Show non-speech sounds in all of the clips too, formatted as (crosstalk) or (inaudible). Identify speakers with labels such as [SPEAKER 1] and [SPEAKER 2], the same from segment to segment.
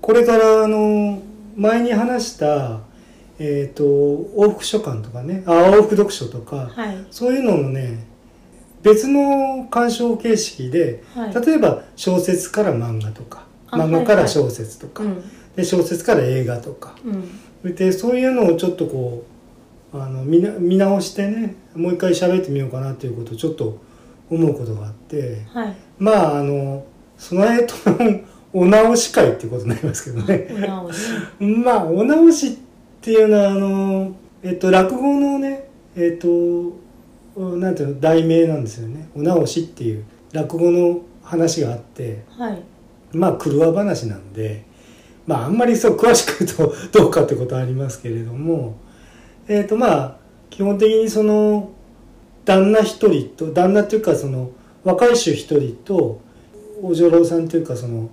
[SPEAKER 1] これからあの前に話した、えー、と往復書簡とかねあ往復読書とか、
[SPEAKER 2] はい
[SPEAKER 1] そういうののね別の鑑賞形式で、
[SPEAKER 2] はい
[SPEAKER 1] 例えば小説から漫画とか
[SPEAKER 2] あ
[SPEAKER 1] 漫
[SPEAKER 2] は
[SPEAKER 1] 画
[SPEAKER 2] い
[SPEAKER 1] から小説とか、
[SPEAKER 2] うん
[SPEAKER 1] で小説から映画とか
[SPEAKER 2] うん
[SPEAKER 1] でそういうのをちょっとこうあの見な見直してねもう一回喋ってみようかなっていうことをちょっと思うことがあって。
[SPEAKER 2] はい
[SPEAKER 1] まああの備えとのお直し会っていうことになりますけどね
[SPEAKER 2] お直し
[SPEAKER 1] まあお直しっていうのはあのえっと落語のねえっとなんていうの題名なんですよねお直しっていう落語の話があって
[SPEAKER 2] はい
[SPEAKER 1] まあ狂わ話なんでまああんまりそう詳しく言うと (laughs) どうかってことはありますけれどもえっとまあ基本的にその旦那一人と旦那というかその若い衆一人とお女郎さんというかその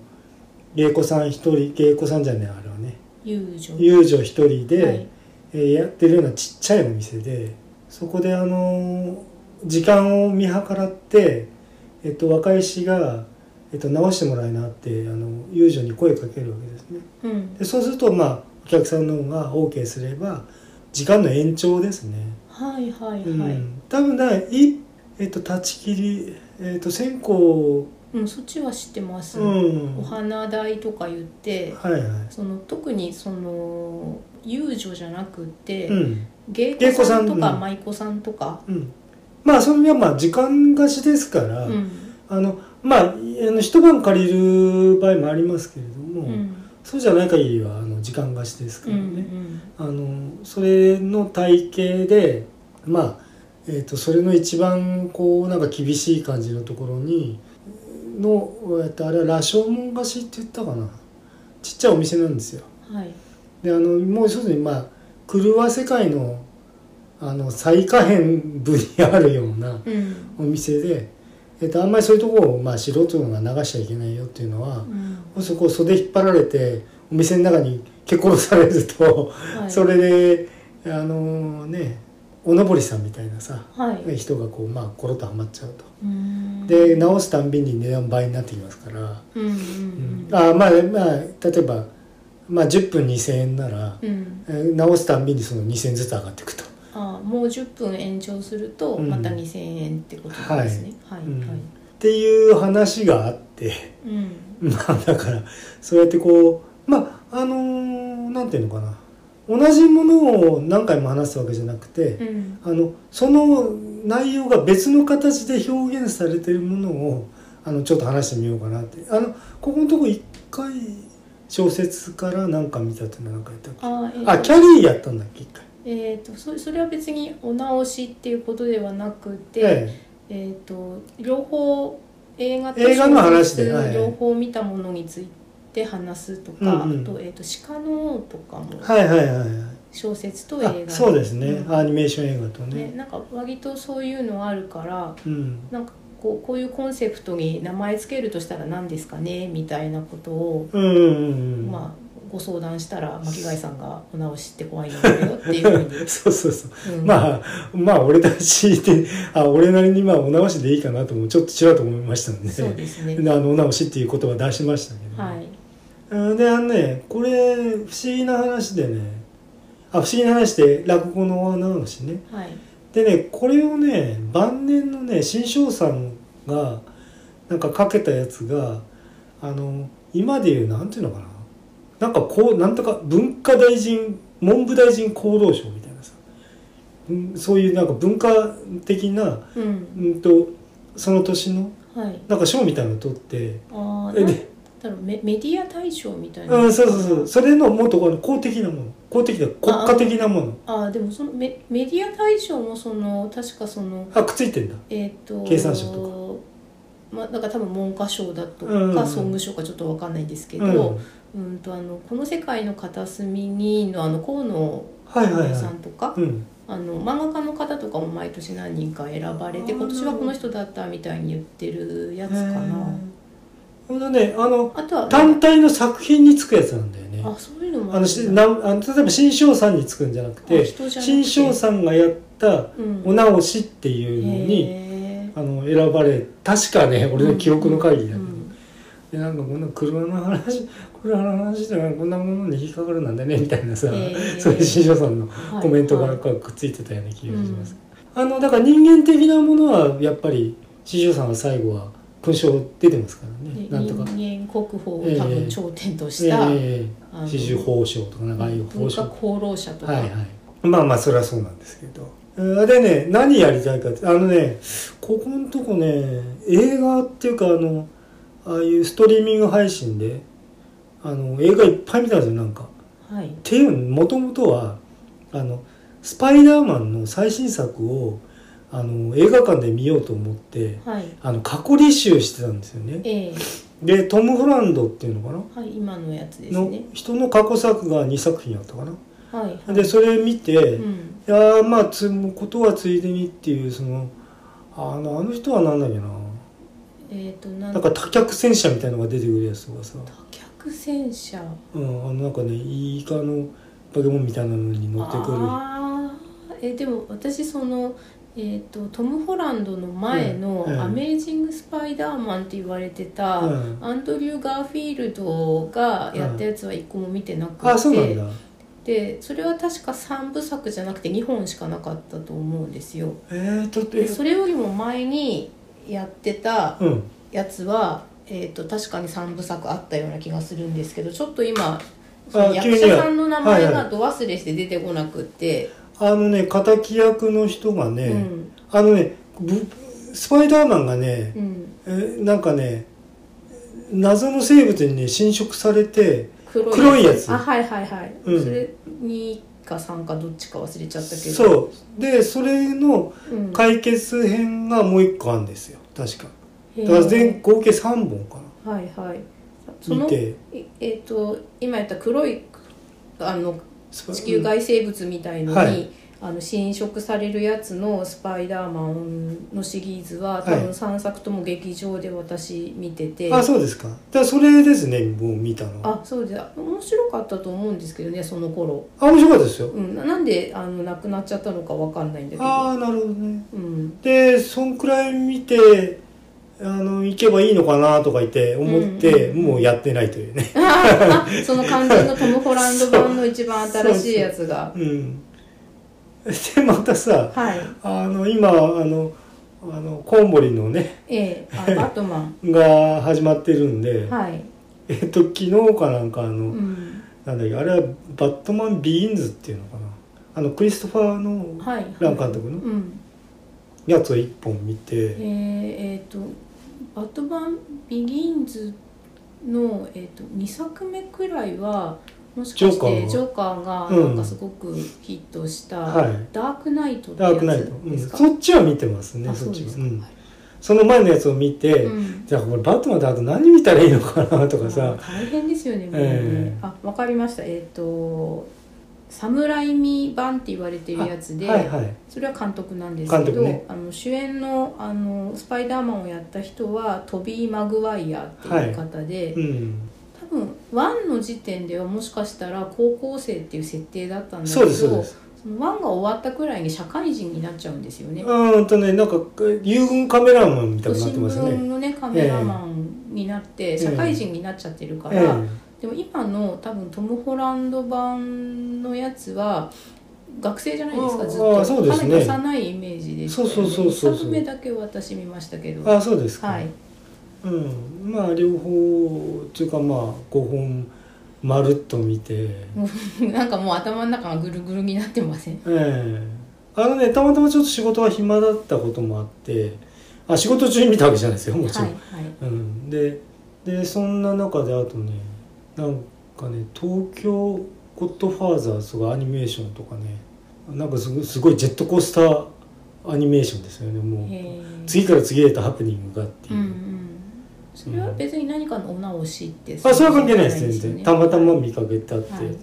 [SPEAKER 1] 芸妓さん一人芸妓さんじゃないあれはね
[SPEAKER 2] 遊女
[SPEAKER 1] 遊女一人で、
[SPEAKER 2] はい
[SPEAKER 1] えーやってるようなちっちゃいお店でそこであのー時間を見計らって、えっと、若い衆が、えっと、直してもらいなってあの遊女に声かけるわけですね
[SPEAKER 2] うん
[SPEAKER 1] でそうするとまあお客さんの方が OK すれば時間の延長ですね、
[SPEAKER 2] はいはいうはい
[SPEAKER 1] ん、多分だい、えっと、断ち切り、えっと、線香を
[SPEAKER 2] うんそっちは知ってます
[SPEAKER 1] うん
[SPEAKER 2] お花代とか言って
[SPEAKER 1] はいは
[SPEAKER 2] その特にその遊女じゃなくて、
[SPEAKER 1] い、うん
[SPEAKER 2] 芸妓さん
[SPEAKER 1] 芸妓さ
[SPEAKER 2] と
[SPEAKER 1] んう
[SPEAKER 2] か
[SPEAKER 1] ん
[SPEAKER 2] 舞妓さんとか、
[SPEAKER 1] うん、まあそれはまあ時間貸しですから、
[SPEAKER 2] うん
[SPEAKER 1] あのまああの一晩借りる場合もありますけれども、
[SPEAKER 2] うん
[SPEAKER 1] そうじゃない限りはあの時間貸しですか
[SPEAKER 2] う
[SPEAKER 1] ら
[SPEAKER 2] ん
[SPEAKER 1] ね、あのそれの体系でまあ、えー、とそれの一番こうなんか厳しい感じのところにの、えっとあれは羅生門貸しって言ったかなちっちゃいお店なんですよ。
[SPEAKER 2] うんはい
[SPEAKER 1] であのもう一つにまあ狂わ世界のあの最下辺部にあるような
[SPEAKER 2] うん
[SPEAKER 1] お店で、えっと、あんまりそういうところを、まあ、素人が流しちゃいけないよっていうのは
[SPEAKER 2] う、ん
[SPEAKER 1] そこを袖引っ張られてお店の中に蹴殺されると、
[SPEAKER 2] はい
[SPEAKER 1] それであのねおのぼりさんみたいなさ、
[SPEAKER 2] はい
[SPEAKER 1] 人がこうまあコロッとはまっちゃうと。
[SPEAKER 2] うん
[SPEAKER 1] で直すたんびに値段倍になってきますから、
[SPEAKER 2] うんうんうん
[SPEAKER 1] あまあまあ例えば、まあ、10分2,000円なら、
[SPEAKER 2] うん
[SPEAKER 1] えー直すたんびにその2,000円ずつ上がっていくと。
[SPEAKER 2] あもう10分延長すると
[SPEAKER 1] うん
[SPEAKER 2] また2000円ってことなんですね、はい、
[SPEAKER 1] うん
[SPEAKER 2] はい
[SPEAKER 1] っていう話があって。
[SPEAKER 2] う
[SPEAKER 1] (laughs)
[SPEAKER 2] ん
[SPEAKER 1] まあだからそうやってこうまああのーなんていうのかな同じものを何回も話すわけじゃなく
[SPEAKER 2] う
[SPEAKER 1] て、
[SPEAKER 2] ん
[SPEAKER 1] あのその内容が別の形で表現されてるものをあのちょっと話してみようかなってあのここのとこ一回小説から何か見たっていうのは何か言ったっけ
[SPEAKER 2] あえーと
[SPEAKER 1] あキャリーやったんだっけ一回。
[SPEAKER 2] えー、とそそれは別にお直しっていうことではなくて、
[SPEAKER 1] え
[SPEAKER 2] えー、と両方映画と
[SPEAKER 1] 映画の話で
[SPEAKER 2] 小説
[SPEAKER 1] はい
[SPEAKER 2] 両方見たものについて話すとか、
[SPEAKER 1] うんうん
[SPEAKER 2] あと,、えー、と鹿の王とかも
[SPEAKER 1] えはいはいはいはい
[SPEAKER 2] 小説と映画
[SPEAKER 1] あそうですね、
[SPEAKER 2] うん
[SPEAKER 1] アニメーション映画とね
[SPEAKER 2] ねなんか割とそういうのあるから
[SPEAKER 1] うん
[SPEAKER 2] なんかこうこういうコンセプトに名前つけるとしたら何ですかねみたいなことを、
[SPEAKER 1] うんうんうんうん
[SPEAKER 2] まあご相談したら巻貝さんが「お直しって怖いんだよ」っていう
[SPEAKER 1] (laughs)
[SPEAKER 2] ふ
[SPEAKER 1] そうそうそう
[SPEAKER 2] うに、
[SPEAKER 1] (laughs)
[SPEAKER 2] うん、
[SPEAKER 1] まあ、まあ俺たちで、あ、俺なりにまあお直しでいいかなともちょっとちらっと思いましたんで、
[SPEAKER 2] そうですね
[SPEAKER 1] であのお直しっていう言葉出しましたけど、
[SPEAKER 2] はい
[SPEAKER 1] うんで、あのね、これ不思議な話でね、あ、不思議な話で落語のお直しね。
[SPEAKER 2] はい
[SPEAKER 1] でね、これをね、晩年のね、新章さんが、なんかかけたやつが、あの、今でいう、なんていうのかな。なんかこう、なんとか文化大臣、文部大臣厚労省みたいなさ、うんそういうなんか文化的な、
[SPEAKER 2] うん
[SPEAKER 1] うんと、その年の、
[SPEAKER 2] はい
[SPEAKER 1] なんか賞みたいなのを取って、
[SPEAKER 2] ああ
[SPEAKER 1] え
[SPEAKER 2] なん
[SPEAKER 1] で
[SPEAKER 2] だろうメメディア大賞みたいな、
[SPEAKER 1] うん、そうそうそう、それのもっとこの公的なもの、公的な、国家的なもの、
[SPEAKER 2] ああでもそのメメディア大賞もその確かその
[SPEAKER 1] あ、くっついてんだ。
[SPEAKER 2] えっ、と
[SPEAKER 1] 経産省
[SPEAKER 2] とかまあだから多分文科省だとか、
[SPEAKER 1] うん
[SPEAKER 2] 総務省かちょっとわかんないんですけ
[SPEAKER 1] うん、
[SPEAKER 2] ど、うん、とあのこの世界の片隅にのあの河野
[SPEAKER 1] はいはい
[SPEAKER 2] さ
[SPEAKER 1] は
[SPEAKER 2] んとか、
[SPEAKER 1] い。うん。
[SPEAKER 2] あの漫画家の方とかも毎年何人か選ばれて
[SPEAKER 1] あー
[SPEAKER 2] 今年はこの人だったみたいに言ってるやつかな。
[SPEAKER 1] ほんとね、あの、
[SPEAKER 2] あとは
[SPEAKER 1] 単体の作品につくやつなんだよね。
[SPEAKER 2] あそういうのも
[SPEAKER 1] あのし
[SPEAKER 2] るんだ
[SPEAKER 1] なあの例えば新章さんにつくんじゃなく
[SPEAKER 2] あ
[SPEAKER 1] て
[SPEAKER 2] 人じゃなくて
[SPEAKER 1] 新章さんがやった
[SPEAKER 2] うん
[SPEAKER 1] お直しっていうのに、
[SPEAKER 2] へー
[SPEAKER 1] あの選ばれ確かね俺の記憶の限りだけど、
[SPEAKER 2] うん
[SPEAKER 1] でなんかこんな車の話俺らの話ではこんなものに引っかかるなんだねみたいなさ、
[SPEAKER 2] えー
[SPEAKER 1] そういう新庄さんの
[SPEAKER 2] はい
[SPEAKER 1] コメントが
[SPEAKER 2] はい
[SPEAKER 1] こうくっついてたような気がします、あのだから人間的なものはやっぱり新庄さんは最後は勲章出てますからね
[SPEAKER 2] で
[SPEAKER 1] なんとか
[SPEAKER 2] 人間国宝を
[SPEAKER 1] ええ
[SPEAKER 2] 多分頂点とした、
[SPEAKER 1] え
[SPEAKER 2] あ
[SPEAKER 1] え
[SPEAKER 2] の
[SPEAKER 1] 四十法章とかなんかああいう
[SPEAKER 2] 文
[SPEAKER 1] 法
[SPEAKER 2] 化
[SPEAKER 1] 章
[SPEAKER 2] 功労者とか、
[SPEAKER 1] はいはいまあまあそれはそうなんですけどうんでね何やりたいかってあのねここのとこね映画っていうかあのああいうストリーミング配信であの映画いっぱい見たんですよなんか
[SPEAKER 2] はい
[SPEAKER 1] っていうのもともとはあのスパイダーマンの最新作をあの映画館で見ようと思って
[SPEAKER 2] はい
[SPEAKER 1] あの過去履修してたんですよね
[SPEAKER 2] ええ
[SPEAKER 1] でトム・ホランドっていうのかな
[SPEAKER 2] はい今のやつです
[SPEAKER 1] の
[SPEAKER 2] ね
[SPEAKER 1] 人の過去作が2作品あったかな
[SPEAKER 2] はいはい
[SPEAKER 1] でそれ見て、
[SPEAKER 2] うん
[SPEAKER 1] いやーまあつことはついでにっていうそのあのあの人はなんだっけな
[SPEAKER 2] えっ、となん
[SPEAKER 1] なんか多脚戦車みたいのが出てくるやつとかさ、
[SPEAKER 2] 多脚戦車
[SPEAKER 1] うん、あのなんかねイカの化け物みたいなのに乗ってくる
[SPEAKER 2] ああえでも私そのえっ、とトム・ホランドの前の
[SPEAKER 1] うんうん
[SPEAKER 2] 「アメージング・スパイダーマン」って言われてた、
[SPEAKER 1] うん
[SPEAKER 2] アンドリュー・ガーフィールドがやったやつは一個も見てなくて、
[SPEAKER 1] あそうなんだ
[SPEAKER 2] でそれは確か3部作じゃなくて2本しかなかったと思うんですよ
[SPEAKER 1] えー、ちょっとえ
[SPEAKER 2] でそれよりも前にやってた
[SPEAKER 1] うん
[SPEAKER 2] やつは、えー、と確かに3部作あったような気がするんですけどちょっと今その役
[SPEAKER 1] 急に
[SPEAKER 2] 者さんの名前
[SPEAKER 1] はいは
[SPEAKER 2] がど忘れして出てこなくって、
[SPEAKER 1] あのね敵役の人がね、
[SPEAKER 2] うん
[SPEAKER 1] あのねぶスパイダーマンがね、
[SPEAKER 2] うん、
[SPEAKER 1] えなんかね謎の生物にね侵食されて
[SPEAKER 2] 黒い
[SPEAKER 1] 黒いやつ
[SPEAKER 2] あはいはいはい、
[SPEAKER 1] うん
[SPEAKER 2] それ2か3かどっちか忘れちゃったけどう、
[SPEAKER 1] そうでそれの
[SPEAKER 2] うん、
[SPEAKER 1] 解決編がもう一個あるんですよ確か
[SPEAKER 2] へー
[SPEAKER 1] だから全合計3本か
[SPEAKER 2] はいはいそ
[SPEAKER 1] な見
[SPEAKER 2] の
[SPEAKER 1] て
[SPEAKER 2] ええー、と今やった黒いあの
[SPEAKER 1] スパ
[SPEAKER 2] 地球外生物みたいのに、
[SPEAKER 1] はい
[SPEAKER 2] あの侵食されるやつの「スパイダーマン」のシリーズは多
[SPEAKER 1] は
[SPEAKER 2] 分
[SPEAKER 1] い
[SPEAKER 2] 3作とも劇場で私見てて、
[SPEAKER 1] あそうですかだからそれですねもう見たのは
[SPEAKER 2] あそうで面白かったと思うんですけどねその頃、
[SPEAKER 1] あ面白かったですよ
[SPEAKER 2] うん、ななんであの亡くなっちゃったのかわかんないんだけど、
[SPEAKER 1] ああなるほどね
[SPEAKER 2] うん、 (laughs)
[SPEAKER 1] でそんくらい見てあの行けばいいのかなとか言って思って、
[SPEAKER 2] うんうん
[SPEAKER 1] もうやってないというね
[SPEAKER 2] あその肝心のトム・ホランド版の一番新しいやつが
[SPEAKER 1] うんでまたさ
[SPEAKER 2] はい
[SPEAKER 1] あの今あのあのコウモリのね
[SPEAKER 2] ええあバットマン
[SPEAKER 1] が始まってるんで、
[SPEAKER 2] はい、
[SPEAKER 1] えっと昨日かなんかあの、
[SPEAKER 2] うん、
[SPEAKER 1] なんだっけあれはバットマン・ビーンズっていうのかなあのクリストファーの
[SPEAKER 2] はいはい
[SPEAKER 1] ラン監督の
[SPEAKER 2] うん
[SPEAKER 1] やつを一本見
[SPEAKER 2] え
[SPEAKER 1] て、
[SPEAKER 2] ーえーと「バットマン・ビギンズの」えー、と2作目くらいはもしかして
[SPEAKER 1] ジ
[SPEAKER 2] ジ
[SPEAKER 1] ョ
[SPEAKER 2] ョーカーが
[SPEAKER 1] うん
[SPEAKER 2] なんかすごくヒットした「
[SPEAKER 1] はい
[SPEAKER 2] ダークナイト」って
[SPEAKER 1] ダ
[SPEAKER 2] や
[SPEAKER 1] ークナイト、
[SPEAKER 2] つ
[SPEAKER 1] うん、
[SPEAKER 2] ですか、
[SPEAKER 1] そっちは見てますね
[SPEAKER 2] あ
[SPEAKER 1] そ
[SPEAKER 2] そ
[SPEAKER 1] っ
[SPEAKER 2] う
[SPEAKER 1] ち
[SPEAKER 2] で
[SPEAKER 1] は
[SPEAKER 2] す
[SPEAKER 1] そ,、
[SPEAKER 2] か、
[SPEAKER 1] うん、その前のやつを見て、
[SPEAKER 2] うん
[SPEAKER 1] じゃあこれバットマンってあと何見たらいいのかなとか
[SPEAKER 2] あ
[SPEAKER 1] さ
[SPEAKER 2] 大変ですよねもうね、
[SPEAKER 1] ええ
[SPEAKER 2] あわかりましたえっ、と「サムライミ版」って言われてるやつで、
[SPEAKER 1] はいはい
[SPEAKER 2] それは監督なんですけ
[SPEAKER 1] 監
[SPEAKER 2] ど、
[SPEAKER 1] 督ね
[SPEAKER 2] あの主演のあのスパイダーマンをやった人はトビー・マグワイアっていう方で、
[SPEAKER 1] うん
[SPEAKER 2] 多分ワンの時点ではもしかしたら高校生っていう設定だったんだけ
[SPEAKER 1] そう
[SPEAKER 2] ど
[SPEAKER 1] ですそうです
[SPEAKER 2] そのワンが終わったくらいに社会人になっちゃうんですよね。
[SPEAKER 1] うーんとねなんか遊軍カメラマンみたいになっ
[SPEAKER 2] 新
[SPEAKER 1] てますね
[SPEAKER 2] 聞のねカメラマンになって社会人になっちゃってるから、
[SPEAKER 1] え
[SPEAKER 2] でも今の多分トム・ホランド版のやつは学生じゃないです
[SPEAKER 1] あ
[SPEAKER 2] か
[SPEAKER 1] ー
[SPEAKER 2] ずっと
[SPEAKER 1] そうですね
[SPEAKER 2] かなり幼いイメージでしたよね
[SPEAKER 1] そうそうそうそう
[SPEAKER 2] 一作目だけ私見ましたけど
[SPEAKER 1] えあそうですか、
[SPEAKER 2] はい (laughs)
[SPEAKER 1] うんまあ両方っていうかまあ5本まるっと見て、
[SPEAKER 2] もうなんかもう頭の中がぐるぐるになってません
[SPEAKER 1] ええあのねたまたまちょっと仕事が暇だったこともあってあ仕事中に見たわけじゃないですよもちろん、
[SPEAKER 2] はいはい
[SPEAKER 1] うん、ででそんな中であとねなんかね「東京ゴッドファーザーズ」とかアニメーションとかねなんかすごいすごいジェットコースターアニメーションですよねもう
[SPEAKER 2] へー
[SPEAKER 1] 次から次へとハプニングがって
[SPEAKER 2] う
[SPEAKER 1] い
[SPEAKER 2] ん
[SPEAKER 1] う、
[SPEAKER 2] うんそれは別に何かのお直しって
[SPEAKER 1] あそれは関係ないです
[SPEAKER 2] そうう
[SPEAKER 1] 全
[SPEAKER 2] わけじゃ
[SPEAKER 1] 然、
[SPEAKER 2] な
[SPEAKER 1] たまたま見かけたってやつね、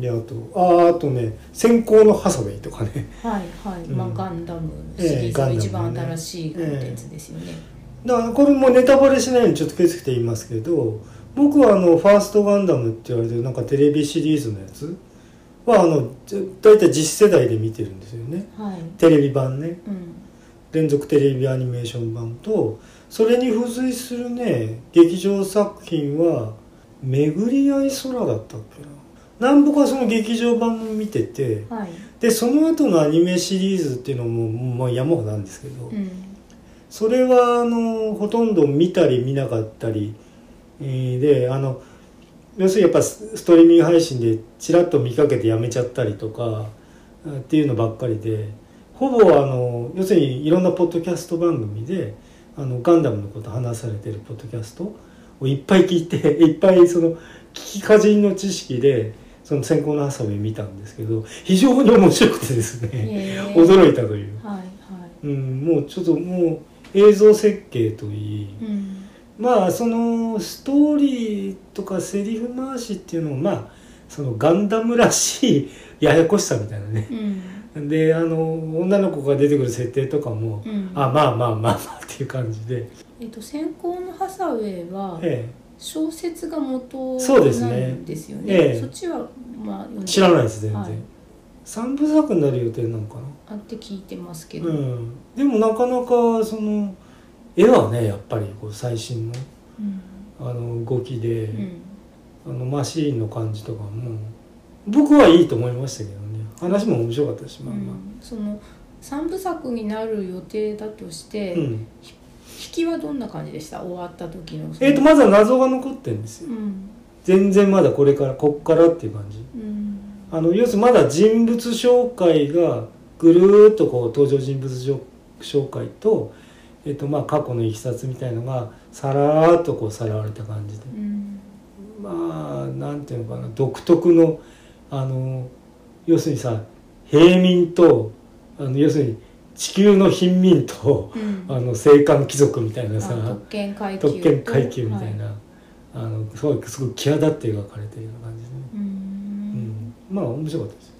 [SPEAKER 1] であとああとね「先行のハサウェイ」とかね (laughs)
[SPEAKER 2] はいはい、
[SPEAKER 1] うん
[SPEAKER 2] まあガンダムシリーズの一番新しいコ
[SPEAKER 1] ええガンダムね
[SPEAKER 2] ンテンツですよね、
[SPEAKER 1] だからこれもネタバレしないようにちょっと気をつけて言いますけど僕はあの「ファーストガンダム」って言われてるなんかテレビシリーズのやつはあのじゃ大体実世代で見てるんですよね
[SPEAKER 2] はい
[SPEAKER 1] テレビ版ね
[SPEAKER 2] うん
[SPEAKER 1] 連続テレビアニメーション版とそれに付随するね劇場作品は「巡り合い空」だったっけな南北はその劇場版も見てて
[SPEAKER 2] はい
[SPEAKER 1] でその後のアニメシリーズっていうのももう山ほどなんですけど、
[SPEAKER 2] うん
[SPEAKER 1] それはあのほとんど見たり見なかったりえーであの要するにやっぱスストリーミング配信でちらっと見かけてやめちゃったりとかあっていうのばっかりでほぼあの要するにいろんなポッドキャスト番組であのガンダムのこと話されてるポッドキャストをいっぱい聞いて (laughs) いっぱいその聞き歌人の知識でその先行の遊び見たんですけど非常に面白くてですね
[SPEAKER 2] へえ
[SPEAKER 1] 驚いたという。
[SPEAKER 2] はいは
[SPEAKER 1] うん、もうちょっともう映像設計といい
[SPEAKER 2] いうん
[SPEAKER 1] まあそのストーリーとかセリフ回しっていうのもまあそのガンダムらしいややこしさみたいなね
[SPEAKER 2] うん
[SPEAKER 1] であの女の子が出てくる設定とかも、
[SPEAKER 2] うん
[SPEAKER 1] あまあまあまあまあっていう感じで、
[SPEAKER 2] えっと先行のハサウェイは
[SPEAKER 1] え
[SPEAKER 2] 小説が元
[SPEAKER 1] そうですね
[SPEAKER 2] なんですよね
[SPEAKER 1] ええ
[SPEAKER 2] そっちはまあ読ん
[SPEAKER 1] え、
[SPEAKER 2] で
[SPEAKER 1] 知らないです全然、
[SPEAKER 2] はい
[SPEAKER 1] 三部作になる予定なのかな
[SPEAKER 2] あって聞いてますけど、
[SPEAKER 1] う
[SPEAKER 2] うん
[SPEAKER 1] んでもなかなかその絵はねやっぱりこう最新のあの動きで、
[SPEAKER 2] う
[SPEAKER 1] あ
[SPEAKER 2] ん
[SPEAKER 1] のマシーンの感じとかも僕はいいと思いましたけどね話も面白かったしまあまあ
[SPEAKER 2] うんその3部作になる予定だとして、
[SPEAKER 1] うん、
[SPEAKER 2] 引きはどんな感じでした終わった時の
[SPEAKER 1] えっ、とまずは謎が残ってるんですよ
[SPEAKER 2] うん
[SPEAKER 1] 全然まだこれからこっからっていう感じ
[SPEAKER 2] うん
[SPEAKER 1] あの要するにまだ人物紹介がぐるーっとこう登場人物紹紹介と,、えっとまあ、過去のいきさつみたいのがさらーっとこうさらわれた感じで
[SPEAKER 2] うん
[SPEAKER 1] まあなんていうのかな独特のあの要するにさ平民とあの要するに地球の貧民と
[SPEAKER 2] うん
[SPEAKER 1] あの青函貴族みたいなさ
[SPEAKER 2] あ特権階級と
[SPEAKER 1] 特権階級みたいな、
[SPEAKER 2] は
[SPEAKER 1] あのすごいすごい際立って描かれてるような感じで、ね
[SPEAKER 2] う
[SPEAKER 1] うん
[SPEAKER 2] ん
[SPEAKER 1] まあ面白かったです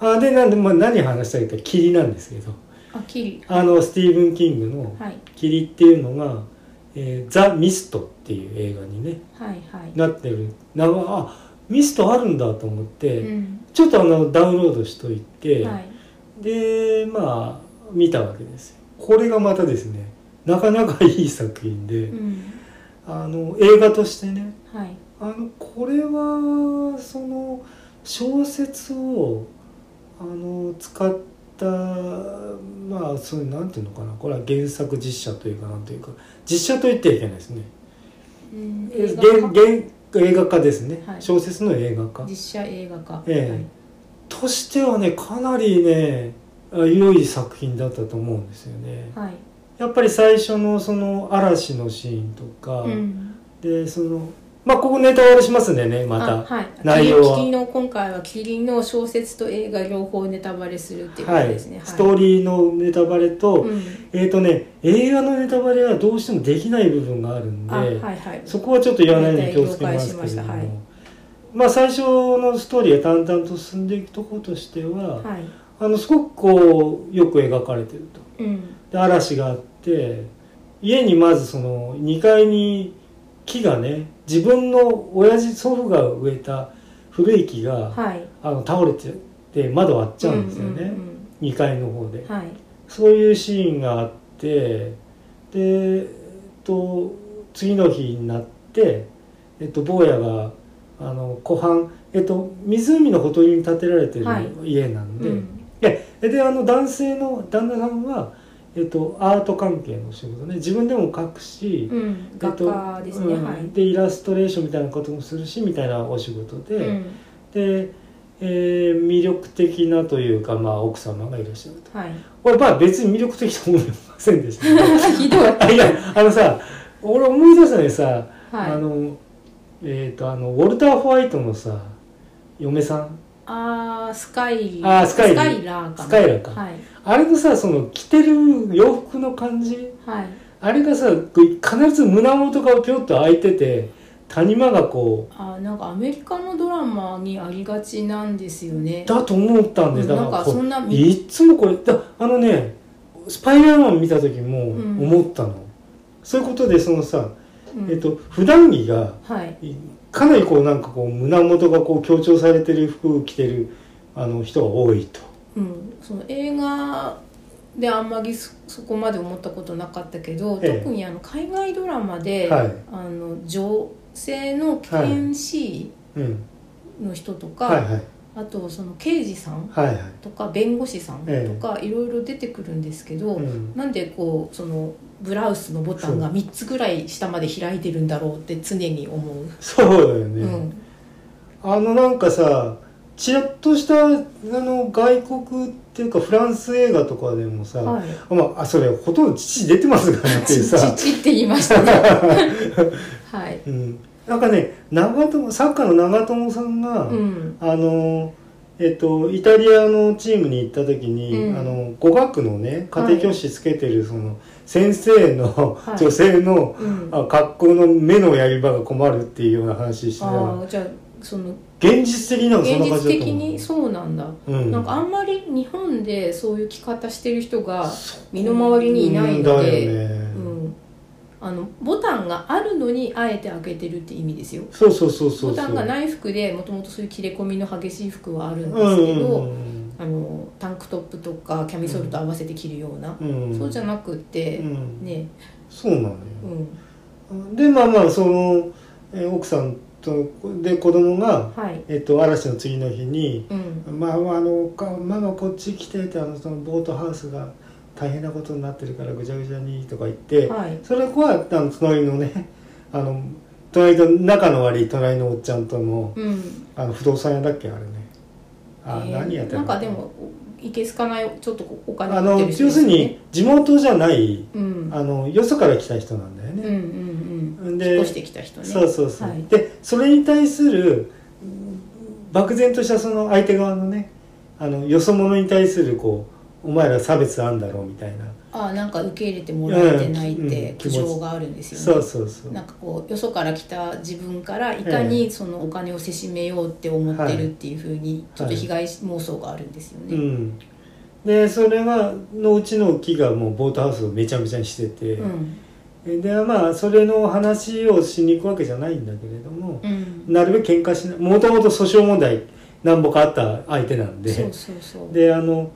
[SPEAKER 2] はい
[SPEAKER 1] あでなんで、まあ、何話したいか霧なんですけど
[SPEAKER 2] あキリ
[SPEAKER 1] あのスティーブン・キングの
[SPEAKER 2] はい
[SPEAKER 1] 「霧」っていうのが「えーザ・ミスト」っていう映画にね
[SPEAKER 2] はいはい
[SPEAKER 1] なってるなあミストあるんだと思って、
[SPEAKER 2] うん
[SPEAKER 1] ちょっとあのダウンロードしといて、
[SPEAKER 2] はい
[SPEAKER 1] でまあ見たわけですよこれがまたですねなかなかいい作品で、
[SPEAKER 2] うん
[SPEAKER 1] あの映画としてね
[SPEAKER 2] はい
[SPEAKER 1] あのこれはその小説をあの使ったまあそういうなんていうのかなこれは原作実写というかなんというか実写と言ってはいけないですね
[SPEAKER 2] うん
[SPEAKER 1] 映
[SPEAKER 2] 映
[SPEAKER 1] 画
[SPEAKER 2] 画化
[SPEAKER 1] 映画化ですね、
[SPEAKER 2] はい
[SPEAKER 1] 小説の映画化
[SPEAKER 2] 実写映画化
[SPEAKER 1] ええとしてはねかなりねあ良い作品だったと思うんですよね
[SPEAKER 2] はい
[SPEAKER 1] やっぱり最初のその嵐のシーンとか、
[SPEAKER 2] はいうん
[SPEAKER 1] でそのまあここネタバレしますんでねま
[SPEAKER 2] あ
[SPEAKER 1] た
[SPEAKER 2] はい、
[SPEAKER 1] 内容は
[SPEAKER 2] キリンの今回はキリンの小説と映画両方ネタバレするっていうこ
[SPEAKER 1] は
[SPEAKER 2] と
[SPEAKER 1] い、
[SPEAKER 2] ですね、
[SPEAKER 1] ストーリーのネタバレと、えっ、とね映画のネタバレはどうしてもできない部分があるんで、
[SPEAKER 2] うん、あはいはい
[SPEAKER 1] そこはちょっと言わないように気をつけますけれども
[SPEAKER 2] 了解しましたはい
[SPEAKER 1] まあ最初のストーリーが淡々と進んでいくところとしては、
[SPEAKER 2] はい
[SPEAKER 1] あのすごくこうよく描かれてると。
[SPEAKER 2] うん
[SPEAKER 1] で嵐があって家にまずその2階に木がね自分の親父祖父が植えた古い木が、
[SPEAKER 2] はい
[SPEAKER 1] あの倒れてて窓割っちゃうんですよね、
[SPEAKER 2] うんうん
[SPEAKER 1] 2階の方で
[SPEAKER 2] うんはい
[SPEAKER 1] そういうシーンがあってで、えっと、次の日になって、えっと、坊やがあの湖畔、えっと、湖のほとりに建てられてる
[SPEAKER 2] はい
[SPEAKER 1] 家なんで、
[SPEAKER 2] うん
[SPEAKER 1] でであの男性の旦那さんは、えっと、アート関係の仕事ね自分でも描くし、
[SPEAKER 2] うん、
[SPEAKER 1] えっと
[SPEAKER 2] 画家ですね、
[SPEAKER 1] うん
[SPEAKER 2] はい、
[SPEAKER 1] でイラストレーションみたいなこともするしみたいなお仕事で、
[SPEAKER 2] うん、
[SPEAKER 1] で、えー魅力的なというか、まあ、奥様がいらっしゃると
[SPEAKER 2] はい (laughs)
[SPEAKER 1] 俺まあ別に魅力的と思いませんでしたけど
[SPEAKER 2] ひどいはい
[SPEAKER 1] あいやあのさ俺思い出したのにさ、あ
[SPEAKER 2] あ
[SPEAKER 1] のえっ、とあのウォルター・ホワイトのさ嫁さん
[SPEAKER 2] あースカイ
[SPEAKER 1] あースカイリー
[SPEAKER 2] ラーかな
[SPEAKER 1] スカイラーか
[SPEAKER 2] はい
[SPEAKER 1] あれのさその着てる洋服の感じ
[SPEAKER 2] はい
[SPEAKER 1] あれがさ必ず胸元がぴょっと開いてて谷間がこ
[SPEAKER 2] あーなんかアメリカのドラマにありがちなんですよね
[SPEAKER 1] うだと思ったんで
[SPEAKER 2] う
[SPEAKER 1] すだ
[SPEAKER 2] ん
[SPEAKER 1] か
[SPEAKER 2] な
[SPEAKER 1] ら
[SPEAKER 2] んか
[SPEAKER 1] こう
[SPEAKER 2] そんない
[SPEAKER 1] っつもこれだあのねスパイダーマン見た時も思ったの、そういうことでそのさ、
[SPEAKER 2] うん
[SPEAKER 1] えっと普段着が
[SPEAKER 2] はい
[SPEAKER 1] かなりこうなんかこう胸元がこう強調されてる服を着てるあの人が多いと
[SPEAKER 2] うん、その映画であんまりそそこまで思ったことなかったけど、
[SPEAKER 1] ええ
[SPEAKER 2] 特にあの海外ドラマで、
[SPEAKER 1] はい
[SPEAKER 2] あの女性の検視
[SPEAKER 1] うん
[SPEAKER 2] の人とか、
[SPEAKER 1] はいはい
[SPEAKER 2] あとその刑事さん
[SPEAKER 1] はいはい
[SPEAKER 2] とか弁護士さん
[SPEAKER 1] ええ
[SPEAKER 2] とかいろいろ出てくるんですけど、
[SPEAKER 1] うん
[SPEAKER 2] なんでこうそのブラウスのボタンが3つぐらい下まで開いてるんだろうって常に思う。
[SPEAKER 1] そうだよ
[SPEAKER 2] う
[SPEAKER 1] ね、
[SPEAKER 2] ん
[SPEAKER 1] あのなんかさちらっとしたあの外国っていうかフランス映画とかでもさ、
[SPEAKER 2] はい、
[SPEAKER 1] まああそれほとんど父出てますからねっていう
[SPEAKER 2] ち
[SPEAKER 1] さ
[SPEAKER 2] ち、ちって言いました
[SPEAKER 1] (laughs)
[SPEAKER 2] ね。はい。
[SPEAKER 1] うん、なんかね長友サッカーの長友さんが、
[SPEAKER 2] うん。
[SPEAKER 1] あのえっとイタリアのチームに行った時に、
[SPEAKER 2] うん
[SPEAKER 1] あの語学のね家庭教師つけてるその先生の、女性の
[SPEAKER 2] うん。あ
[SPEAKER 1] あ格好の目のやり場が困るっていうような話してたら
[SPEAKER 2] あ、じゃあその
[SPEAKER 1] 現実的なのそん
[SPEAKER 2] 現
[SPEAKER 1] な感
[SPEAKER 2] 実
[SPEAKER 1] じだ
[SPEAKER 2] 的
[SPEAKER 1] と思う
[SPEAKER 2] にそうなんだ。
[SPEAKER 1] うん、
[SPEAKER 2] なんかあんまり日本でそういう着方してる人が
[SPEAKER 1] そう
[SPEAKER 2] 身の回りにいないの
[SPEAKER 1] う
[SPEAKER 2] で、
[SPEAKER 1] んだよね
[SPEAKER 2] うん、あのボタンがあるのにあえて開けてるって意味ですよ
[SPEAKER 1] そうそうそうそうそう
[SPEAKER 2] ボタンが
[SPEAKER 1] い
[SPEAKER 2] ない服でもともとそういう切れ込みの激しい服はあるん
[SPEAKER 1] ん
[SPEAKER 2] で
[SPEAKER 1] ですす
[SPEAKER 2] け
[SPEAKER 1] け
[SPEAKER 2] ど、
[SPEAKER 1] ど、
[SPEAKER 2] あのタンクトップとかキャミソールと合わせて着るような、
[SPEAKER 1] うん
[SPEAKER 2] そうじゃなくて、
[SPEAKER 1] うん
[SPEAKER 2] ね
[SPEAKER 1] そうなのよ、
[SPEAKER 2] うん
[SPEAKER 1] でまあまあそのえー奥さんとで子供が、
[SPEAKER 2] はい
[SPEAKER 1] えっと、嵐の次の日に
[SPEAKER 2] う
[SPEAKER 1] 「
[SPEAKER 2] ん
[SPEAKER 1] まあまああのかママこっち来て」ってあのそのボートハウスが大変なことになってるからぐちゃぐちゃにとか言って、
[SPEAKER 2] はい
[SPEAKER 1] それこうやったの隣のねあの隣と仲の悪い隣のおっちゃんとの
[SPEAKER 2] うん
[SPEAKER 1] あの不動産屋だっけあれねあ、
[SPEAKER 2] えー
[SPEAKER 1] 何やって
[SPEAKER 2] な
[SPEAKER 1] る
[SPEAKER 2] んかでもいけすかないちょっとお金
[SPEAKER 1] あ
[SPEAKER 2] 持っ
[SPEAKER 1] の
[SPEAKER 2] てる
[SPEAKER 1] 要
[SPEAKER 2] 人です
[SPEAKER 1] る
[SPEAKER 2] すよ
[SPEAKER 1] に
[SPEAKER 2] ね
[SPEAKER 1] 地元じゃない
[SPEAKER 2] うん
[SPEAKER 1] あのよそから来た人なんだよ
[SPEAKER 2] うんう
[SPEAKER 1] ね、
[SPEAKER 2] んうん
[SPEAKER 1] で
[SPEAKER 2] 引っ越してきた人ね
[SPEAKER 1] そうそうそう、
[SPEAKER 2] はい
[SPEAKER 1] でそれに対するうん漠然としたその相手側のねあのよそ者に対するこうお前ら差別あんだろうみたいな、
[SPEAKER 2] ああなんか受け入れてもらえてないっ
[SPEAKER 1] う
[SPEAKER 2] て
[SPEAKER 1] ん
[SPEAKER 2] 苦情があるんですよね、
[SPEAKER 1] そうそうそう
[SPEAKER 2] なんかこうよそから来た自分からいかにそのお金をせしめようって思ってるっていうふうにちょっと被害妄想があるんですよ
[SPEAKER 1] う
[SPEAKER 2] ね。
[SPEAKER 1] んでそれがのうちの木がもうボートハウスをめちゃめちゃにしてて、
[SPEAKER 2] うん
[SPEAKER 1] でまあそれの話をしに行くわけじゃないんだけれども、
[SPEAKER 2] うん
[SPEAKER 1] なるべく喧嘩しないもともと訴訟問題なんぼかあった相手なんで
[SPEAKER 2] そうそうそう。
[SPEAKER 1] であの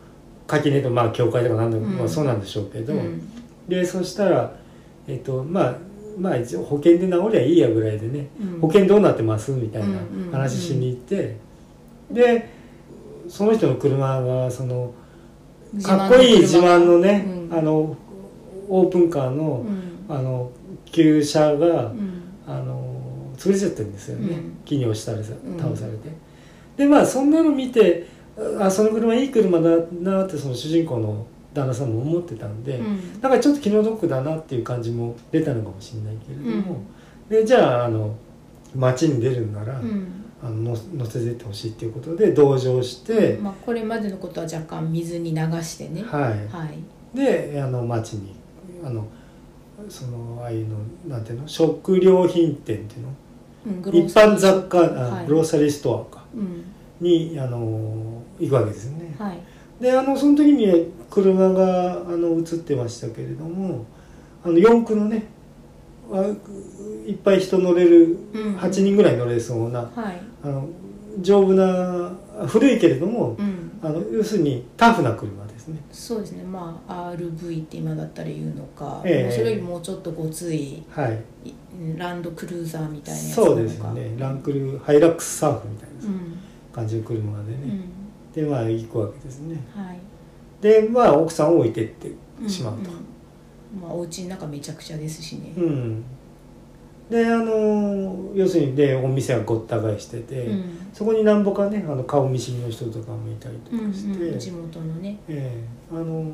[SPEAKER 1] 垣根とまあ教会とかなんだか、
[SPEAKER 2] うん
[SPEAKER 1] まあ、そうなんでしょうけど、
[SPEAKER 2] うん
[SPEAKER 1] でそしたらえっとまあまあ一応保険で治りゃいいやぐらいでね
[SPEAKER 2] うん
[SPEAKER 1] 保険どうなってますみたいな
[SPEAKER 2] うんうん
[SPEAKER 1] 話しに行って、でその人の車がそのかっこいい自慢のね、
[SPEAKER 2] うん
[SPEAKER 1] あのオープンカー
[SPEAKER 2] う
[SPEAKER 1] の,、
[SPEAKER 2] ん
[SPEAKER 1] あの旧車が、
[SPEAKER 2] うん
[SPEAKER 1] あの潰れちゃってるんですよね、
[SPEAKER 2] うん
[SPEAKER 1] 木に押したらさ
[SPEAKER 2] うん
[SPEAKER 1] 倒されて、でまあそんなの見てあその車いい車だなってその主人公の旦那さんも思ってたんで、
[SPEAKER 2] うん
[SPEAKER 1] なんかちょっと気の毒だなっていう感じも出たのかもしれないけれども、
[SPEAKER 2] うん
[SPEAKER 1] でじゃああの街に出るんなら、
[SPEAKER 2] うん
[SPEAKER 1] あのの乗せてってほしいっていうことで同乗して、
[SPEAKER 2] まあこれまでのことは若干水に流してね。は
[SPEAKER 1] はい、
[SPEAKER 2] い。
[SPEAKER 1] であの町にあのそのああいうのなんていうの食料品店っていうの
[SPEAKER 2] うんグロー
[SPEAKER 1] 一
[SPEAKER 2] サリー
[SPEAKER 1] 般雑貨あ、
[SPEAKER 2] はい
[SPEAKER 1] グローサリーストアか
[SPEAKER 2] うん
[SPEAKER 1] にあの行くわけですよね
[SPEAKER 2] はい。
[SPEAKER 1] であのその時に車があの映ってましたけれどもあの四駆のねあいっぱい人乗れる
[SPEAKER 2] うん
[SPEAKER 1] 8人ぐらい乗れそうな、
[SPEAKER 2] はい。
[SPEAKER 1] あの丈夫な古いけれども
[SPEAKER 2] うん。
[SPEAKER 1] あの要するにタフな車ですね
[SPEAKER 2] そうですねまあ RV って今だったら言うのか、
[SPEAKER 1] ええ
[SPEAKER 2] もうそれよりもうちょっとごつい
[SPEAKER 1] はい
[SPEAKER 2] いランドクルーザーみたいなやつなの
[SPEAKER 1] そ
[SPEAKER 2] か
[SPEAKER 1] うですよねランクルハイラックスサーフみたいな
[SPEAKER 2] うん、
[SPEAKER 1] 感じの車でね、
[SPEAKER 2] うん、
[SPEAKER 1] でまあ行くわけですね
[SPEAKER 2] はい、
[SPEAKER 1] でまあ奥さんを置いてって
[SPEAKER 2] ん
[SPEAKER 1] しまうと、
[SPEAKER 2] んまあお家の中めちゃくちゃですしね
[SPEAKER 1] うんであの要するにでお店はごった返してて、
[SPEAKER 2] うん
[SPEAKER 1] そこになんぼかねあの顔見知りの人とかもいたりと
[SPEAKER 2] うん
[SPEAKER 1] かして、
[SPEAKER 2] うん地元のね、
[SPEAKER 1] ええあの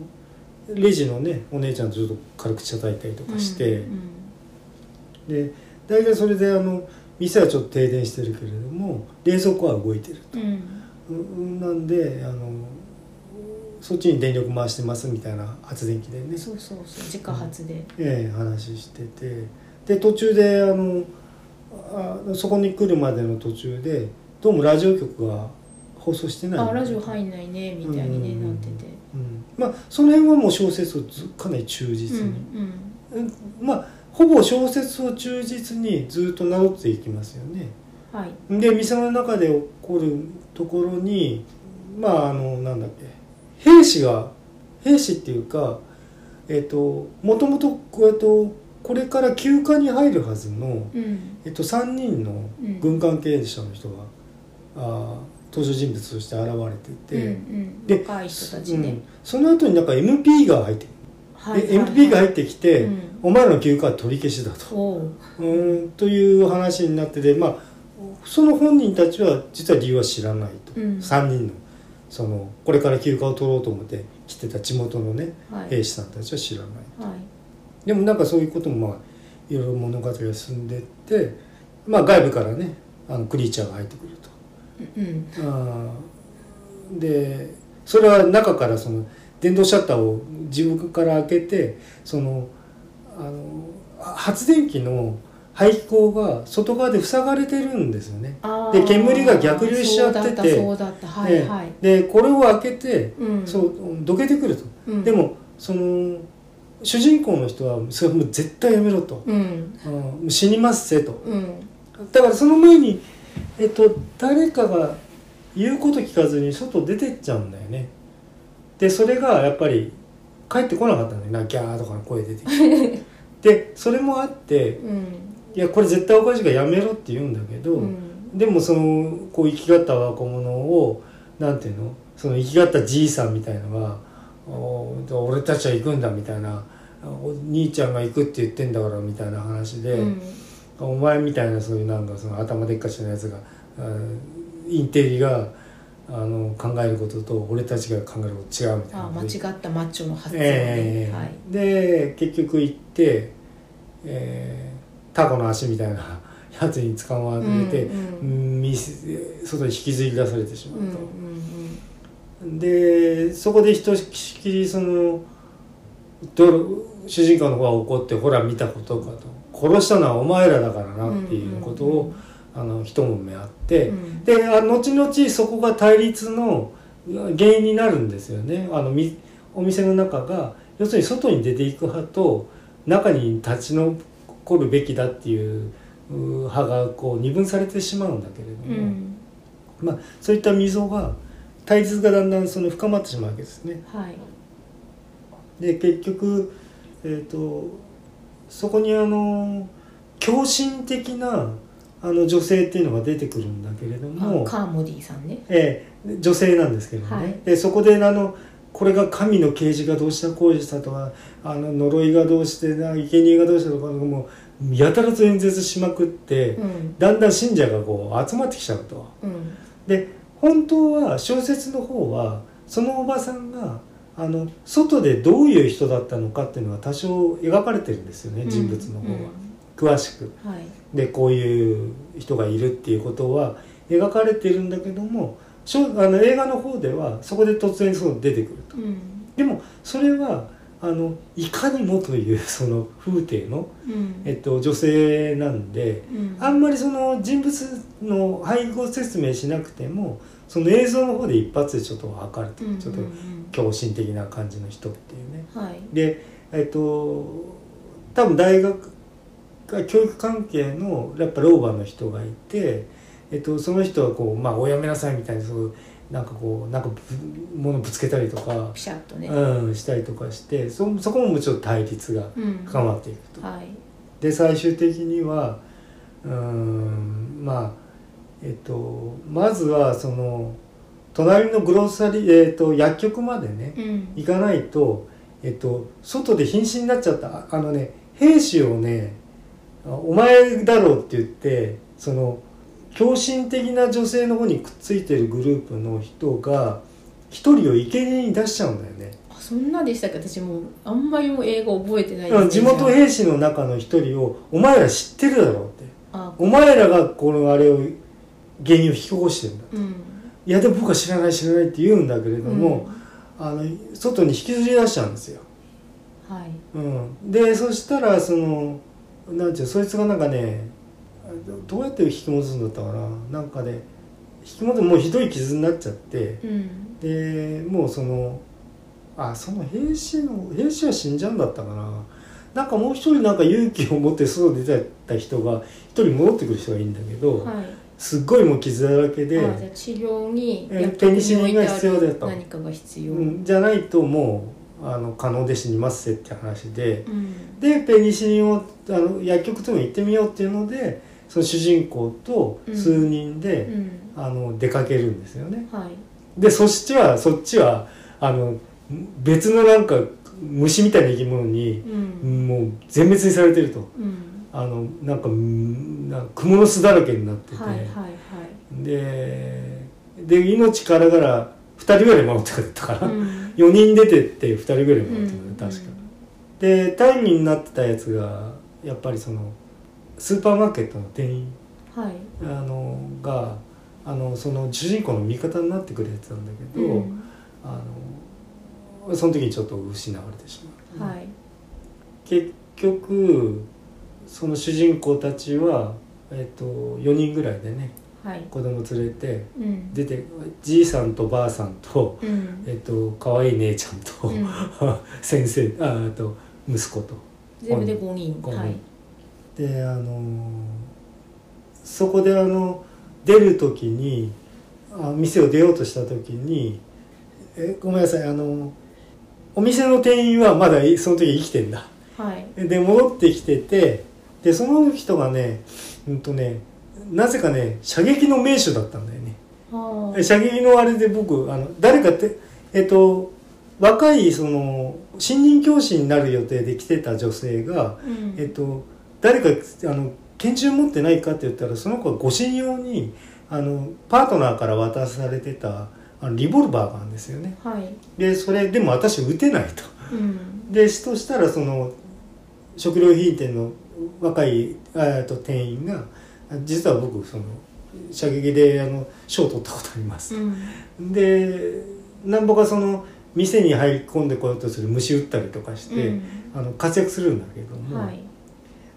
[SPEAKER 1] レジのねお姉ちゃんずっと軽く叩いたりとかして、
[SPEAKER 2] うん
[SPEAKER 1] で大体それであの店はちょっと停電してるけれども冷蔵庫は動いてる
[SPEAKER 2] うんうん
[SPEAKER 1] うんなんであのそっちに電力回してますみたいな発電機でね、
[SPEAKER 2] そうそうそう自家発で、
[SPEAKER 1] ええ話しててで途中であのあそこに来るまでの途中でどうもラジオ局が放送してない
[SPEAKER 2] あラジオ入んないねみたいに、
[SPEAKER 1] う
[SPEAKER 2] ね
[SPEAKER 1] ん
[SPEAKER 2] なってて、
[SPEAKER 1] うん、まあその辺はもう小説をずかなり忠実
[SPEAKER 2] うん
[SPEAKER 1] に、うんまあほぼ小説を忠実にずっとなぞっていきますよね
[SPEAKER 2] うんはい
[SPEAKER 1] で店の中で起こるところにまああのなんだっけ兵士が兵士っていうかえっ、ともともとこうやってこれから休暇に入るはずの、
[SPEAKER 2] うん
[SPEAKER 1] えっと、3人の
[SPEAKER 2] うん
[SPEAKER 1] 軍艦経営者の人が、あー登場人物として現れてて、
[SPEAKER 2] うんう
[SPEAKER 1] で
[SPEAKER 2] ん、若い人たちね、
[SPEAKER 1] うんその後になんか MP が入って、
[SPEAKER 2] はいはい
[SPEAKER 1] え MP が入ってきて、
[SPEAKER 2] うん
[SPEAKER 1] お前らの休暇は取り消しだと。
[SPEAKER 2] おう
[SPEAKER 1] うーんという話になってて、まあ、その本人たちは実は理由は知らないと、
[SPEAKER 2] うん
[SPEAKER 1] 3人のそのこれから休暇を取ろうと思って来てた地元のね
[SPEAKER 2] はい
[SPEAKER 1] 兵士さんたちは知らない
[SPEAKER 2] はい
[SPEAKER 1] でもなんかそういうこともまあいろいろ物語が進んでって、まあ、外部からねあのクリーチャーが入ってくると。
[SPEAKER 2] うん
[SPEAKER 1] あーでそれは中からその電動シャッターを自分から開けてそのあのあ発電機の排気口が外側で塞がれてるんですよね。
[SPEAKER 2] あー
[SPEAKER 1] で煙が逆流しちゃってて
[SPEAKER 2] そうだったそうだったはいはい、
[SPEAKER 1] ねでこれを開けて、
[SPEAKER 2] うん
[SPEAKER 1] そうどけてくると。
[SPEAKER 2] うん、
[SPEAKER 1] でもその主人公の人はそれはもう絶対やめろと、
[SPEAKER 2] うん
[SPEAKER 1] うんもう死にますせと
[SPEAKER 2] うん
[SPEAKER 1] だからその前に、えっと、誰かが言うこと聞かずに外出てっちゃうんだよねでそれがやっぱり帰ってこなかったんだよなギャーとかの声出てき
[SPEAKER 2] (laughs)
[SPEAKER 1] てでそれもあって
[SPEAKER 2] うん
[SPEAKER 1] いやこれ絶対おかしいからやめろって言うんだけど、
[SPEAKER 2] うん
[SPEAKER 1] でもそのこう生きがった若者をなんていうのその生きがったじいさんみたいのが「おー俺たちは行くんだ」みたいな「お兄ちゃんが行くって言ってんだから」みたいな話で。
[SPEAKER 2] うん
[SPEAKER 1] お前みたいなそういうなんかその頭でっかちなやつがあーインテリがあの考えることと俺たちが考えること違うみたいな
[SPEAKER 2] あ間違ったマッチョの発音ね、
[SPEAKER 1] ええ
[SPEAKER 2] はい、
[SPEAKER 1] で結局行って、えータコの足みたいな (laughs) やつに捕まれて、
[SPEAKER 2] うん
[SPEAKER 1] みせ外に引きずり出されてし
[SPEAKER 2] うんう
[SPEAKER 1] ま
[SPEAKER 2] ん
[SPEAKER 1] うと。でそこでひとしきりそのど主人公の方が怒って「ほら見たことか」と「殺したのはお前らだからな」っていうことを、あの一目目あって、
[SPEAKER 2] うん
[SPEAKER 1] であ後々そこが対立の原因になるんですよねあのみお店の中が要するに外に出ていく派と中に立ち残るべきだっていうう派がこう二分されてしまうんだけれ
[SPEAKER 2] うんう
[SPEAKER 1] ども。
[SPEAKER 2] ん
[SPEAKER 1] まあ、そういった溝が対立がだんだんその深まってしまうわけですね。
[SPEAKER 2] はい
[SPEAKER 1] で結局、えー、とそこにあの狂信的なあの女性っていうのが出てくるんだけれども
[SPEAKER 2] あ、カーモディさんね
[SPEAKER 1] ええ女性なんですけどね、
[SPEAKER 2] はい
[SPEAKER 1] でそこであのこれが神の啓示がどうしたこうしたとかあの呪いがどうしてな生贄がどうしたとかもうやたらと演説しまくって、
[SPEAKER 2] うん
[SPEAKER 1] だんだん信者がこう集まってきちゃうと。
[SPEAKER 2] うん
[SPEAKER 1] で本当は小説の方はそのおばさんがあの外でどういう人だったのかっていうのは多少描かれてるんですよね、人物の方は、詳しく
[SPEAKER 2] うんはい
[SPEAKER 1] でこういう人がいるっていうことは描かれてるんだけどもしょあの映画の方ではそこで突然その出てくると
[SPEAKER 2] うん
[SPEAKER 1] でもそれはあのいかにもというその風景の、
[SPEAKER 2] うん
[SPEAKER 1] えっと、女性なんで、
[SPEAKER 2] うん
[SPEAKER 1] あんまりその人物の配合説明しなくてもその映像の方で一発でちょっと分かると、
[SPEAKER 2] うん
[SPEAKER 1] ちょっ
[SPEAKER 2] うん
[SPEAKER 1] と狂信的な感じの人っていうね
[SPEAKER 2] うんはい
[SPEAKER 1] でえっと多分大学が教育関係のやっぱ老婆の人がいて、えっと、その人はこう「まあ、おやめなさい」みたいにそうなんかこうなんかぶ物ぶつけたりとか
[SPEAKER 2] ピ、シャッとね
[SPEAKER 1] うん、したりとかしてそそこももちろん対立が
[SPEAKER 2] うん
[SPEAKER 1] 深まっていくと。
[SPEAKER 2] はい
[SPEAKER 1] で最終的にはうーんまあえっとまずはその隣のグロッサリー、えっと薬局までね
[SPEAKER 2] うん
[SPEAKER 1] 行かないと、えっと、外で瀕死になっちゃったああのね兵士をね「お前だろ」って言ってその狂信的な女性の方にくっついてるグループの人が一人を生贄に出しちゃうんだよね。
[SPEAKER 2] あそんなでしたっけ私もうあんまりもう英語覚えてない
[SPEAKER 1] 地元兵士の中の一人を「お前ら知ってるだろ」って。
[SPEAKER 2] あ
[SPEAKER 1] お前らがこのあれを原因を引き起こしてるんだ
[SPEAKER 2] うん
[SPEAKER 1] いやでも僕は知らない知らないって言うんだけれども、
[SPEAKER 2] うん
[SPEAKER 1] あの外に引きずり出しちゃうんですよ、
[SPEAKER 2] はい
[SPEAKER 1] うん、でそしたらそのなんていうのそいつがなんかねどうやって引き戻すんだったかななんかで、引き戻すもうひどい傷になっちゃって
[SPEAKER 2] うん
[SPEAKER 1] でもうそのあその兵士の兵士は死んじゃうんだったかななんかもう一人なんか勇気を持って外に出てった人が一人戻ってくる人がいいんだけど、
[SPEAKER 2] はい
[SPEAKER 1] すっごいもう傷だらけで、
[SPEAKER 2] あじゃあ治療に
[SPEAKER 1] えー
[SPEAKER 2] 薬局
[SPEAKER 1] ペ
[SPEAKER 2] に置いてある
[SPEAKER 1] ニシリンが必要だと
[SPEAKER 2] 何かが必要、
[SPEAKER 1] うんじゃないともうあの可能で死にますせって話で
[SPEAKER 2] うん
[SPEAKER 1] でペニシリンをあの薬局とも行ってみようっていうのでその主人公と数人
[SPEAKER 2] う
[SPEAKER 1] で、
[SPEAKER 2] ん
[SPEAKER 1] あの出かけるんですよね。
[SPEAKER 2] はい
[SPEAKER 1] でそっちはそっちはあの別のなんか虫みたいな生き物に
[SPEAKER 2] うん
[SPEAKER 1] もう全滅にされてると
[SPEAKER 2] うん
[SPEAKER 1] あのなんかうんなんか蜘蛛の巣だらけになってて、
[SPEAKER 2] はいはいはい
[SPEAKER 1] でで命からがら2人ぐらい守ってくれたから、
[SPEAKER 2] うん
[SPEAKER 1] 4人出てって2人ぐらい守って
[SPEAKER 2] う
[SPEAKER 1] くれ
[SPEAKER 2] ん
[SPEAKER 1] た、確か。で単位になってたやつがやっぱりそのスーパーマーケットの店員
[SPEAKER 2] はい
[SPEAKER 1] あのがあのその主人公の味方になってくるやつなんだけど。
[SPEAKER 2] うん
[SPEAKER 1] あのその時にちょっと失われてしまう、
[SPEAKER 2] はい
[SPEAKER 1] 結局その主人公たちは、えっと4人ぐらいでね
[SPEAKER 2] はい
[SPEAKER 1] 子供連れて
[SPEAKER 2] うん
[SPEAKER 1] 出てじいさんとばあさんと、
[SPEAKER 2] うん
[SPEAKER 1] えっと可愛い姉ちゃんと、
[SPEAKER 2] うん
[SPEAKER 1] 先生ああと息子と。
[SPEAKER 2] 全部で五人
[SPEAKER 1] 五人
[SPEAKER 2] はい
[SPEAKER 1] であのそこであの出る時にあ店を出ようとした時にえごめんなさいあのお店の店員はまだいその時生きてんだ
[SPEAKER 2] はい
[SPEAKER 1] で戻ってきててでその人がねうんとねなぜかね射撃の名手だったんだよね
[SPEAKER 2] は
[SPEAKER 1] 射撃のあれで僕あの誰かってえっと若いその新任教師になる予定で来てた女性が
[SPEAKER 2] あうん
[SPEAKER 1] えっと、誰かあの拳銃持ってないかって言ったらその子は護身用にあのパートナーから渡されてたあのリボルバーがあるんですよね
[SPEAKER 2] はい
[SPEAKER 1] でそれでも私撃てないと
[SPEAKER 2] うん
[SPEAKER 1] でとしたらその食料品店の若いあえっと店員が実は僕その射撃であの賞を取ったことあります
[SPEAKER 2] う、ん
[SPEAKER 1] でなんぼかその店に入り込んでこようとする虫撃ったりとかして、あの活躍するんだけど
[SPEAKER 2] うん
[SPEAKER 1] も、
[SPEAKER 2] はい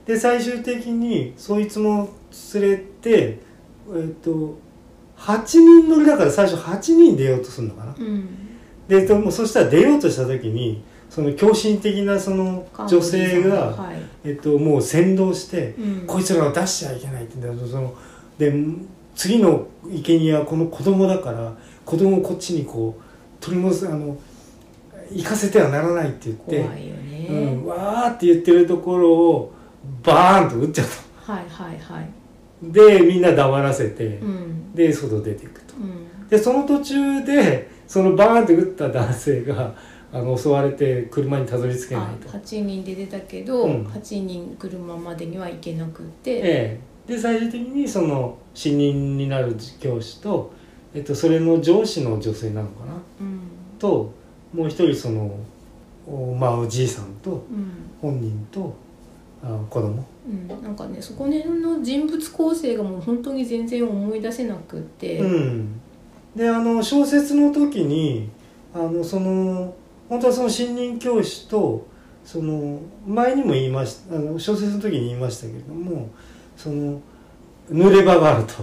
[SPEAKER 1] で最終的にそいつも連れてえっ、と8人乗りだから最初8人出ようとするのかな
[SPEAKER 2] うん
[SPEAKER 1] ででもそしたら出ようとした時にその狂信的なその女性が、
[SPEAKER 2] はい
[SPEAKER 1] えっともう先導して、
[SPEAKER 2] うん
[SPEAKER 1] こいつらを出しちゃいけないってんだそので次の生贄はこの子供だから子供をこっちにこう取り戻すあの行かせてはならないって言って
[SPEAKER 2] 怖いよね
[SPEAKER 1] うん、わーって言ってるところをバーンと撃っちゃった
[SPEAKER 2] はいはいはい
[SPEAKER 1] でみんな黙らせて、
[SPEAKER 2] うん
[SPEAKER 1] で外出ていくと
[SPEAKER 2] うん
[SPEAKER 1] でその途中でそのバーンって撃った男性があの襲われて車にたどり着けな
[SPEAKER 2] あ
[SPEAKER 1] いと、
[SPEAKER 2] 8人で出たけど、
[SPEAKER 1] うん
[SPEAKER 2] 8人車までには行けなくて、
[SPEAKER 1] ええ、で最終的にその死人になる教師と、えっと、それの上司の女性なのかな
[SPEAKER 2] うん
[SPEAKER 1] ともう一人そのお,、まあ、おじいさんと
[SPEAKER 2] うん
[SPEAKER 1] 本人とあ子供
[SPEAKER 2] うん、なんかねそこねの人物構成がもう本当に全然思い出せなくて、
[SPEAKER 1] うん、であの小説の時にあのその本当はその新任教師とその前にも言いましたあの小説の時に言いましたけれどもその濡れ場があると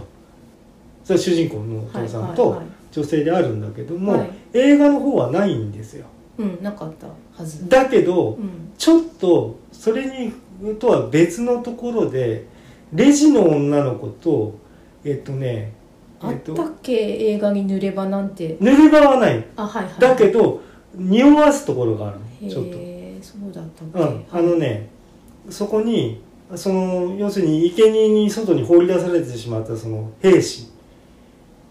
[SPEAKER 1] それは主人公のお父さん
[SPEAKER 2] はい
[SPEAKER 1] と
[SPEAKER 2] はいはい
[SPEAKER 1] 女性であるんだけども、
[SPEAKER 2] はい
[SPEAKER 1] 映画の方はないんですよ。
[SPEAKER 2] うん、なかったはず、
[SPEAKER 1] だけど
[SPEAKER 2] うん、
[SPEAKER 1] ちょっとそれにとは別のところでレジの女の子とえっとね
[SPEAKER 2] あ
[SPEAKER 1] え
[SPEAKER 2] っ
[SPEAKER 1] っと
[SPEAKER 2] たっけ映画に濡れ場なんて
[SPEAKER 1] 濡れ場はない
[SPEAKER 2] あはいはい
[SPEAKER 1] だけど匂わすところがある
[SPEAKER 2] へ
[SPEAKER 1] のちょっと、
[SPEAKER 2] えそうだったっけ、
[SPEAKER 1] うん、あのねそこにその要するに生贄に外に放り出されてしまったその兵士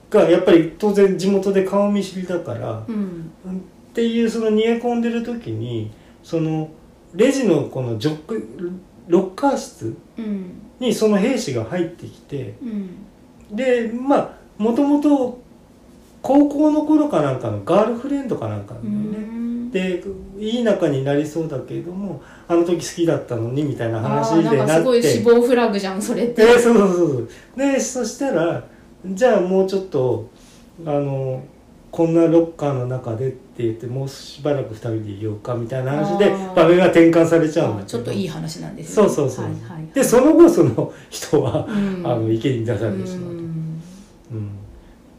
[SPEAKER 1] がやっぱり当然地元で顔見知りだから、
[SPEAKER 2] うん
[SPEAKER 1] っていうその逃げ込んでる時にそのレジのこのジョックロッカー室
[SPEAKER 2] うん
[SPEAKER 1] にその兵士が入ってきて
[SPEAKER 2] うん
[SPEAKER 1] でまあもともと高校の頃かなんかのガールフレンドかなんかな
[SPEAKER 2] うん
[SPEAKER 1] だよね、
[SPEAKER 2] ん
[SPEAKER 1] でいい仲になりそうだけれどもあの時好きだったのにみたいな話
[SPEAKER 2] あー
[SPEAKER 1] で
[SPEAKER 2] な
[SPEAKER 1] な
[SPEAKER 2] んかす
[SPEAKER 1] っ
[SPEAKER 2] ごい死
[SPEAKER 1] て
[SPEAKER 2] 亡フラグじゃんそれって
[SPEAKER 1] えそうそうそうそうでそしたらじゃあもうちょっとあのこんなロッカーの中でって言ってもうしばらく2人でいようかみたいな話で
[SPEAKER 2] あー
[SPEAKER 1] 場面が転換されちゃうんだけ
[SPEAKER 2] あ
[SPEAKER 1] ど
[SPEAKER 2] ちょっといい話なんです
[SPEAKER 1] そうそうそう、
[SPEAKER 2] はいはい
[SPEAKER 1] でその後その人は、
[SPEAKER 2] うん
[SPEAKER 1] あの池に出さ
[SPEAKER 2] う
[SPEAKER 1] れてしまうと、
[SPEAKER 2] ん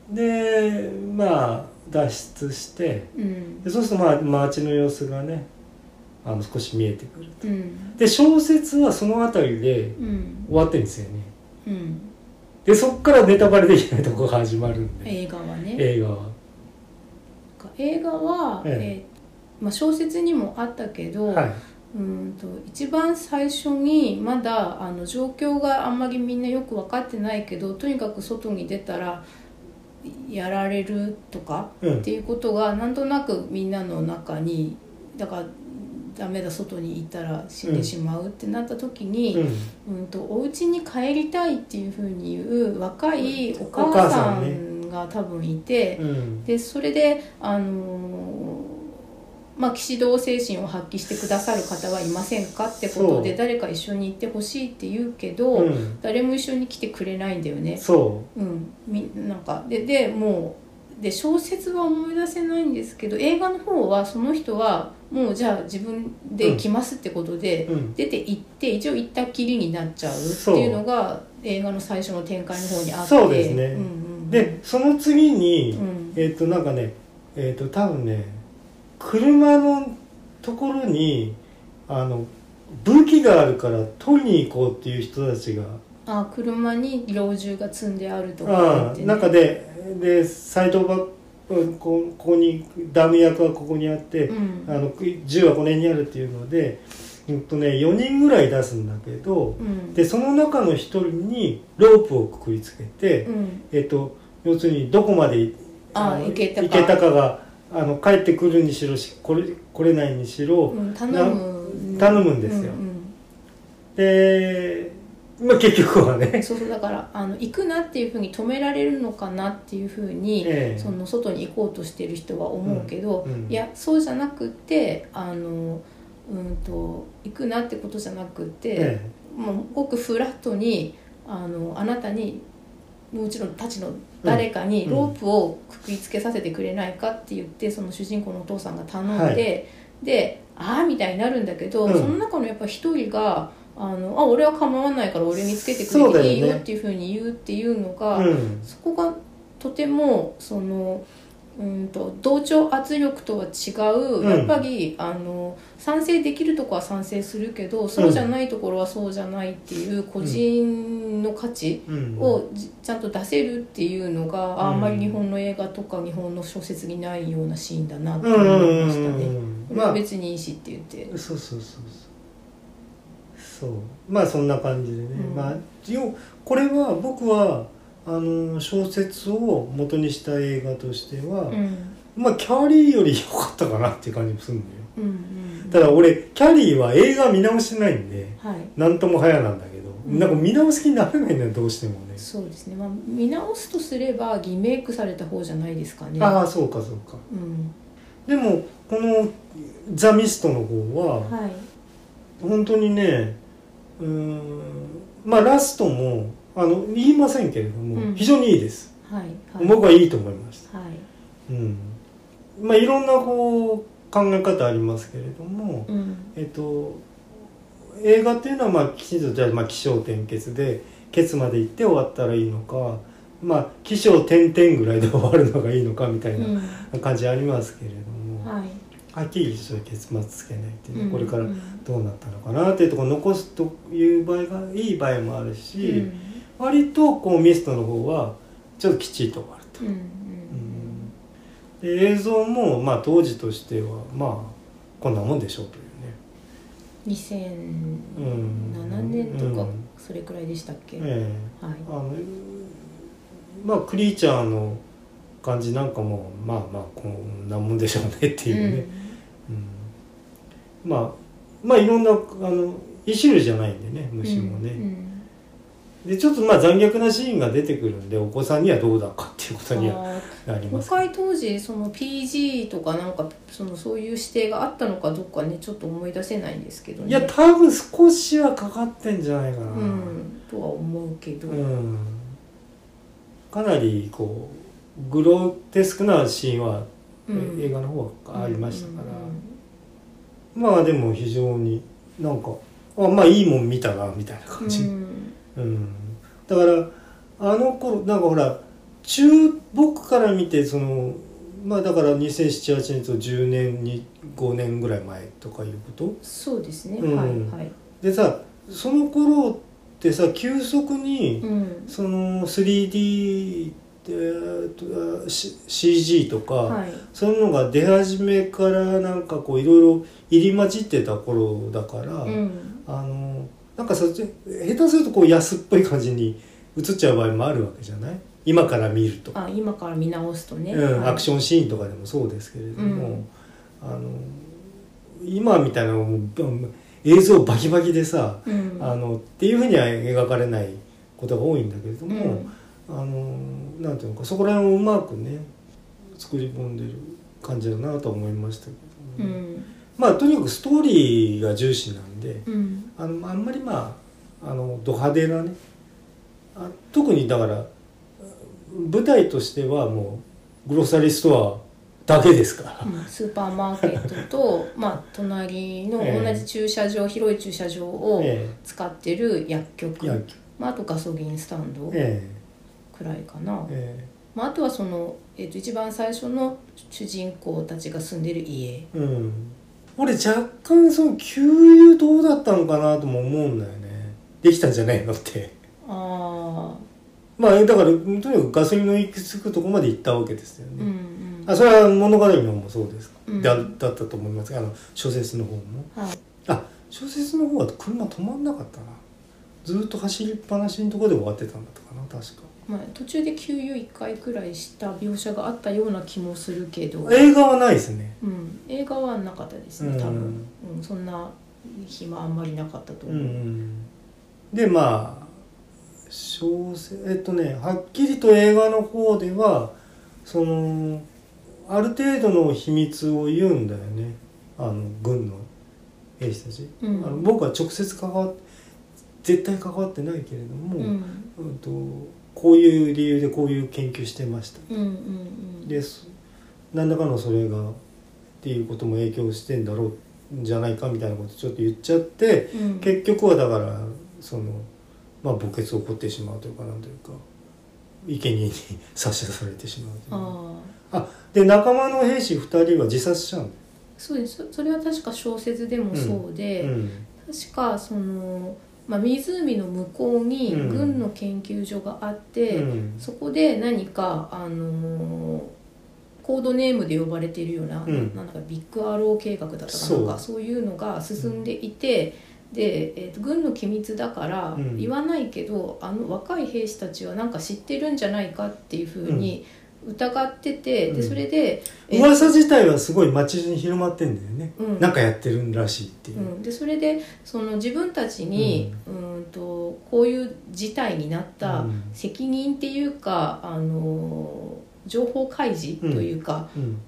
[SPEAKER 1] うんでまあ脱出して
[SPEAKER 2] うん
[SPEAKER 1] でそうするとまあ街の様子がねあの少し見えてくる
[SPEAKER 2] うん
[SPEAKER 1] で小説はその辺りで
[SPEAKER 2] うん
[SPEAKER 1] 終わってるんですよね
[SPEAKER 2] うん
[SPEAKER 1] でそっからネタバレできないとこが始まるんで
[SPEAKER 2] 映画はね
[SPEAKER 1] 映画は
[SPEAKER 2] 映画は、
[SPEAKER 1] え
[SPEAKER 2] えーまあ、小説にもあったけど、
[SPEAKER 1] はい、
[SPEAKER 2] うんと一番最初にまだあの状況があんまりみんなよく分かってないけどとにかく外に出たらやられるとか
[SPEAKER 1] うん
[SPEAKER 2] っていうことがなんとなくみんなの中にだからダメだ外にいたら死んでしまうってなった時に、
[SPEAKER 1] うん、
[SPEAKER 2] うんとお家に帰りたいっていうふうに言う若いお
[SPEAKER 1] お
[SPEAKER 2] 母
[SPEAKER 1] 母
[SPEAKER 2] さ
[SPEAKER 1] さんね
[SPEAKER 2] んが多分いて、
[SPEAKER 1] うん、
[SPEAKER 2] でそれであのーまあ、騎士道精神を発揮してくださる方はいませんかってこと
[SPEAKER 1] そ
[SPEAKER 2] で
[SPEAKER 1] う
[SPEAKER 2] 誰か一緒に行ってほしいって言うけど、
[SPEAKER 1] うん、
[SPEAKER 2] 誰も一緒に来てくれないんだよね。
[SPEAKER 1] そ
[SPEAKER 2] うん、みなんかででもうで小説は思い出せないんですけど映画の方はその人はもうじゃあ自分で来ますってことで、
[SPEAKER 1] う、うん、
[SPEAKER 2] 出て行って一応行ったきりになっちゃうっていうのが映画の最初の展開の方にあって
[SPEAKER 1] そうですね
[SPEAKER 2] うんうんうん、
[SPEAKER 1] でその次に、
[SPEAKER 2] うん、
[SPEAKER 1] えっ、となんかねえっ、と多分ね車のところにあの武器があるから取りに行こうっていう人たちが、
[SPEAKER 2] あ車に猟銃が積んであるとか
[SPEAKER 1] あ
[SPEAKER 2] って、
[SPEAKER 1] あ
[SPEAKER 2] ね、
[SPEAKER 1] 中でで斎藤ばうんこここにダム役はここにあって、
[SPEAKER 2] うん
[SPEAKER 1] あの銃はこの辺にあるっていうので、うんとね、4人ぐらい出すんだけど
[SPEAKER 2] うん
[SPEAKER 1] でその中の1人にロープをくくりつけて、
[SPEAKER 2] うん
[SPEAKER 1] えっと、要するにどこまで
[SPEAKER 2] あ
[SPEAKER 1] の
[SPEAKER 2] 行けた
[SPEAKER 1] 行
[SPEAKER 2] か
[SPEAKER 1] けたかがあの帰ってくるにしろし来れ来れないにしろ、
[SPEAKER 2] うん、頼む
[SPEAKER 1] 頼むんですよ
[SPEAKER 2] うん
[SPEAKER 1] で、まあ、結局は
[SPEAKER 2] うん
[SPEAKER 1] ね、
[SPEAKER 2] そうそうだからあの行くなっていうふうに止められるのかなっていうふうに、
[SPEAKER 1] ええ
[SPEAKER 2] その外に行こうとしてる人は思うけど、
[SPEAKER 1] うんうん
[SPEAKER 2] いやそうじゃなくてあのうんと行くなってことじゃなくて、
[SPEAKER 1] え
[SPEAKER 2] もうごくフラットにあのあなたにもちろんたちの誰かに
[SPEAKER 1] うん
[SPEAKER 2] ロープをくくりつけさせてくれないかって言ってその主人公のお父さんが頼んで、
[SPEAKER 1] は
[SPEAKER 2] でああみたいになるんだけど、
[SPEAKER 1] うん
[SPEAKER 2] その中のやっぱ一人があのあ俺は構わないから俺につけてく
[SPEAKER 1] そうだよね
[SPEAKER 2] れていいよっていうふうに言うっていうの
[SPEAKER 1] え
[SPEAKER 2] が
[SPEAKER 1] うん、
[SPEAKER 2] そこがとてもそのうんと同調圧力とは違う、
[SPEAKER 1] うん
[SPEAKER 2] やっぱりあの賛成できるとこは賛成するけどそうじゃないところはそうじゃないっていう個人の価値
[SPEAKER 1] うん、
[SPEAKER 2] をじちゃんと出せるっていうのが、あ
[SPEAKER 1] うん
[SPEAKER 2] んまり日本の映画とか日本の小説にないようなシーンだなって
[SPEAKER 1] うん
[SPEAKER 2] 思
[SPEAKER 1] うん
[SPEAKER 2] い
[SPEAKER 1] うん
[SPEAKER 2] ま
[SPEAKER 1] う
[SPEAKER 2] した
[SPEAKER 1] ん
[SPEAKER 2] ね。
[SPEAKER 1] うん
[SPEAKER 2] ま
[SPEAKER 1] ま
[SPEAKER 2] あ、
[SPEAKER 1] あ
[SPEAKER 2] 別にいいしって言って、
[SPEAKER 1] そうそうそうそうそうまあそんな感じでね、
[SPEAKER 2] うん
[SPEAKER 1] まあ要これは僕はあの小説を元にした映画としては、
[SPEAKER 2] うん
[SPEAKER 1] まあキャリーより良かったかなっていう感じもするんだよ
[SPEAKER 2] うんうん、
[SPEAKER 1] ただ俺キャリーは映画見直してないんで
[SPEAKER 2] はい
[SPEAKER 1] なんとも早なんだけど、
[SPEAKER 2] うん
[SPEAKER 1] なんか見直す気にならないんだよどうしてもね、
[SPEAKER 2] そうですね、まあ、見直すとすればリメイクされた方じゃないですかね。
[SPEAKER 1] ああそうかそうか
[SPEAKER 2] うん
[SPEAKER 1] でもこの「ザ・ミスト」の方は、
[SPEAKER 2] はい
[SPEAKER 1] 本当にねうーんまあラストもあの言いませんけれども、
[SPEAKER 2] うん
[SPEAKER 1] 非常にいいです、
[SPEAKER 2] はいはい
[SPEAKER 1] 僕はいいと思いました、
[SPEAKER 2] は
[SPEAKER 1] う
[SPEAKER 2] い
[SPEAKER 1] ん、まあいろんなこう考え方ありますけれども、
[SPEAKER 2] うん
[SPEAKER 1] えっと映画っていうのはまあきちんとじゃあまあ起承転結でケツまで行って終わったらいいのかまあ起承転々ぐらいで終わるのがいいのかみた
[SPEAKER 2] う
[SPEAKER 1] いなん感じありますけれども、
[SPEAKER 2] はい
[SPEAKER 1] はっきりそういう結末つけないっていうのはこれから
[SPEAKER 2] うん
[SPEAKER 1] どうなったのかなっていうところを残すという場合がいい場合もあるし、
[SPEAKER 2] うん
[SPEAKER 1] 割とこうミストの方はちょっときちっと終わると、
[SPEAKER 2] うん
[SPEAKER 1] うんで映像もまあ当時としてはまあこんなもんでしょうとい
[SPEAKER 2] 2007年と
[SPEAKER 1] う
[SPEAKER 2] か
[SPEAKER 1] ん
[SPEAKER 2] それくらいでしたっけ、
[SPEAKER 1] うね、え
[SPEAKER 2] はい
[SPEAKER 1] えあのまあクリーチャーの感じなんかもまあまあこんなもんでしょうねっていうね、うんまあまあいろんなあの一種類じゃないんでね
[SPEAKER 2] うん
[SPEAKER 1] 虫もね、
[SPEAKER 2] うん
[SPEAKER 1] でちょっとまあ残虐なシーンが出てくるんでお子さんにはどうだかっていうことには
[SPEAKER 2] あ
[SPEAKER 1] なり
[SPEAKER 2] ー
[SPEAKER 1] ます
[SPEAKER 2] 公開当時その PG とかなんかそのそういう指定があったのかどうかねちょっと思い出せないんですけどね
[SPEAKER 1] いや多分少しはかかってんじゃないかな、
[SPEAKER 2] うんとは思うけど、
[SPEAKER 1] うんかなりこうグロテスクなシーンは、
[SPEAKER 2] うん
[SPEAKER 1] 映画の方はありましたから、
[SPEAKER 2] う
[SPEAKER 1] まあでも非常になんかあまあいいもん見たなみたいな感
[SPEAKER 2] ん
[SPEAKER 1] じ、
[SPEAKER 2] うん
[SPEAKER 1] うん、だからあの頃なんかほら中僕から見てそのまあだから2007 8年と10年に5年ぐらい前とかいうこと
[SPEAKER 2] そうですね、
[SPEAKER 1] うん
[SPEAKER 2] はいはい、
[SPEAKER 1] でさその頃ってさ急速に
[SPEAKER 2] うん
[SPEAKER 1] その 3D でえーっとし CG とか、
[SPEAKER 2] はい
[SPEAKER 1] そういうのが出始めからなんかこういろいろ入り混じってた頃だから、
[SPEAKER 2] うん
[SPEAKER 1] あのなんかそっち下手するとこう安っぽい感じに映っちゃう場合もあるわけじゃない今から見ると、
[SPEAKER 2] あ今から見直すとね、
[SPEAKER 1] うん、アクシ
[SPEAKER 2] ョン
[SPEAKER 1] ョンシーンとかでもそうですけれども、
[SPEAKER 2] うん
[SPEAKER 1] あの今みたいなもううん映像バキバキでさ、
[SPEAKER 2] うん
[SPEAKER 1] あのっていうふうには描かれないことが多いんだけれど
[SPEAKER 2] うん
[SPEAKER 1] も、あのなんていうのかそこら辺をうまくね作り込んでる感じだなとは思いましたけ
[SPEAKER 2] う
[SPEAKER 1] ど、ね
[SPEAKER 2] ん
[SPEAKER 1] まあとにかくストーリーが重視なんで
[SPEAKER 2] うん
[SPEAKER 1] あのあんまりまああのド派手なねあ特にだから舞台としてはもうグロサリーストアだけですから、
[SPEAKER 2] うんスーパーマーケットと (laughs) まあ隣の
[SPEAKER 1] ええ
[SPEAKER 2] 同じ駐車場、広い駐車場を
[SPEAKER 1] え
[SPEAKER 2] 使ってる薬
[SPEAKER 1] え
[SPEAKER 2] 局、
[SPEAKER 1] いや
[SPEAKER 2] まあ、あとガソリンスタンド
[SPEAKER 1] え
[SPEAKER 2] くらいかな
[SPEAKER 1] え、え
[SPEAKER 2] まあ、あとはその、えっと一番最初の主人公たちが住んでる家
[SPEAKER 1] えうん俺若干その給油どうだったのかなとも思うんだよねできたんじゃないのって
[SPEAKER 2] ああ
[SPEAKER 1] まあ、だから、とにかくガソリンの行き着くとこまで行ったわけですよ
[SPEAKER 2] うんう
[SPEAKER 1] ね。
[SPEAKER 2] ん
[SPEAKER 1] あ、それは物語の方もそうですか、
[SPEAKER 2] うん
[SPEAKER 1] だだったと思いますが、あの、小説の方も。
[SPEAKER 2] はい
[SPEAKER 1] あ、小説の方は車止まんなかったな。ずっと走りっぱなしのとこで終わってたんだったかな、確か。
[SPEAKER 2] まあ、途中で給油1回くらいした描写があったような気もするけど、
[SPEAKER 1] 映画はないですね。
[SPEAKER 2] うん、映画はなかったですね多分、うん、そんな暇あんまりなかったと
[SPEAKER 1] う
[SPEAKER 2] 思う、
[SPEAKER 1] ん。で、まあ、小説、えっとね、はっきりと映画の方では、その、ある程度の秘密を言うんだよね。あの、軍の兵士たち。
[SPEAKER 2] うん
[SPEAKER 1] あの僕は直接関わっ絶対関わってないけれども、
[SPEAKER 2] う
[SPEAKER 1] うん
[SPEAKER 2] ん
[SPEAKER 1] とこういう理由でこういう研究してました
[SPEAKER 2] うんうんうん
[SPEAKER 1] です何らかのそれがっていうことも影響してんだろうんじゃないかみたいなことちょっと言っちゃって
[SPEAKER 2] うん
[SPEAKER 1] 結局はだからそのまあ墓穴を掘ってしまうというかなんというか生贄に差し出されてしまうという
[SPEAKER 2] ああ
[SPEAKER 1] あで仲間の兵士2人は自殺しちゃうん
[SPEAKER 2] そうですそそれは確か小説でもそう
[SPEAKER 1] だ
[SPEAKER 2] で、
[SPEAKER 1] よ、うん
[SPEAKER 2] 確かその、まあ、湖の向こうに
[SPEAKER 1] うん
[SPEAKER 2] 軍の研究所があって、
[SPEAKER 1] うん
[SPEAKER 2] そこで何か、あのーコードネームで呼ばれているような,、
[SPEAKER 1] うん
[SPEAKER 2] なんかビッグ RO 計画だったかな
[SPEAKER 1] そうん
[SPEAKER 2] かそういうのが進んでいて、で、えーと軍の機密だから
[SPEAKER 1] うん
[SPEAKER 2] 言わないけど、あの若い兵士たちはなんか知ってるんじゃないかっていうふうに疑ってて、
[SPEAKER 1] うん
[SPEAKER 2] でそれで、えー
[SPEAKER 1] 噂自体はすごい街中に広まってんだよね、
[SPEAKER 2] うん
[SPEAKER 1] なんかやってるらしいっていうう、
[SPEAKER 2] ん、でそれでその自分たちに、うーん、とこういう事態になった
[SPEAKER 1] うん
[SPEAKER 2] 責任っていうか、あの情報開示というか、
[SPEAKER 1] うん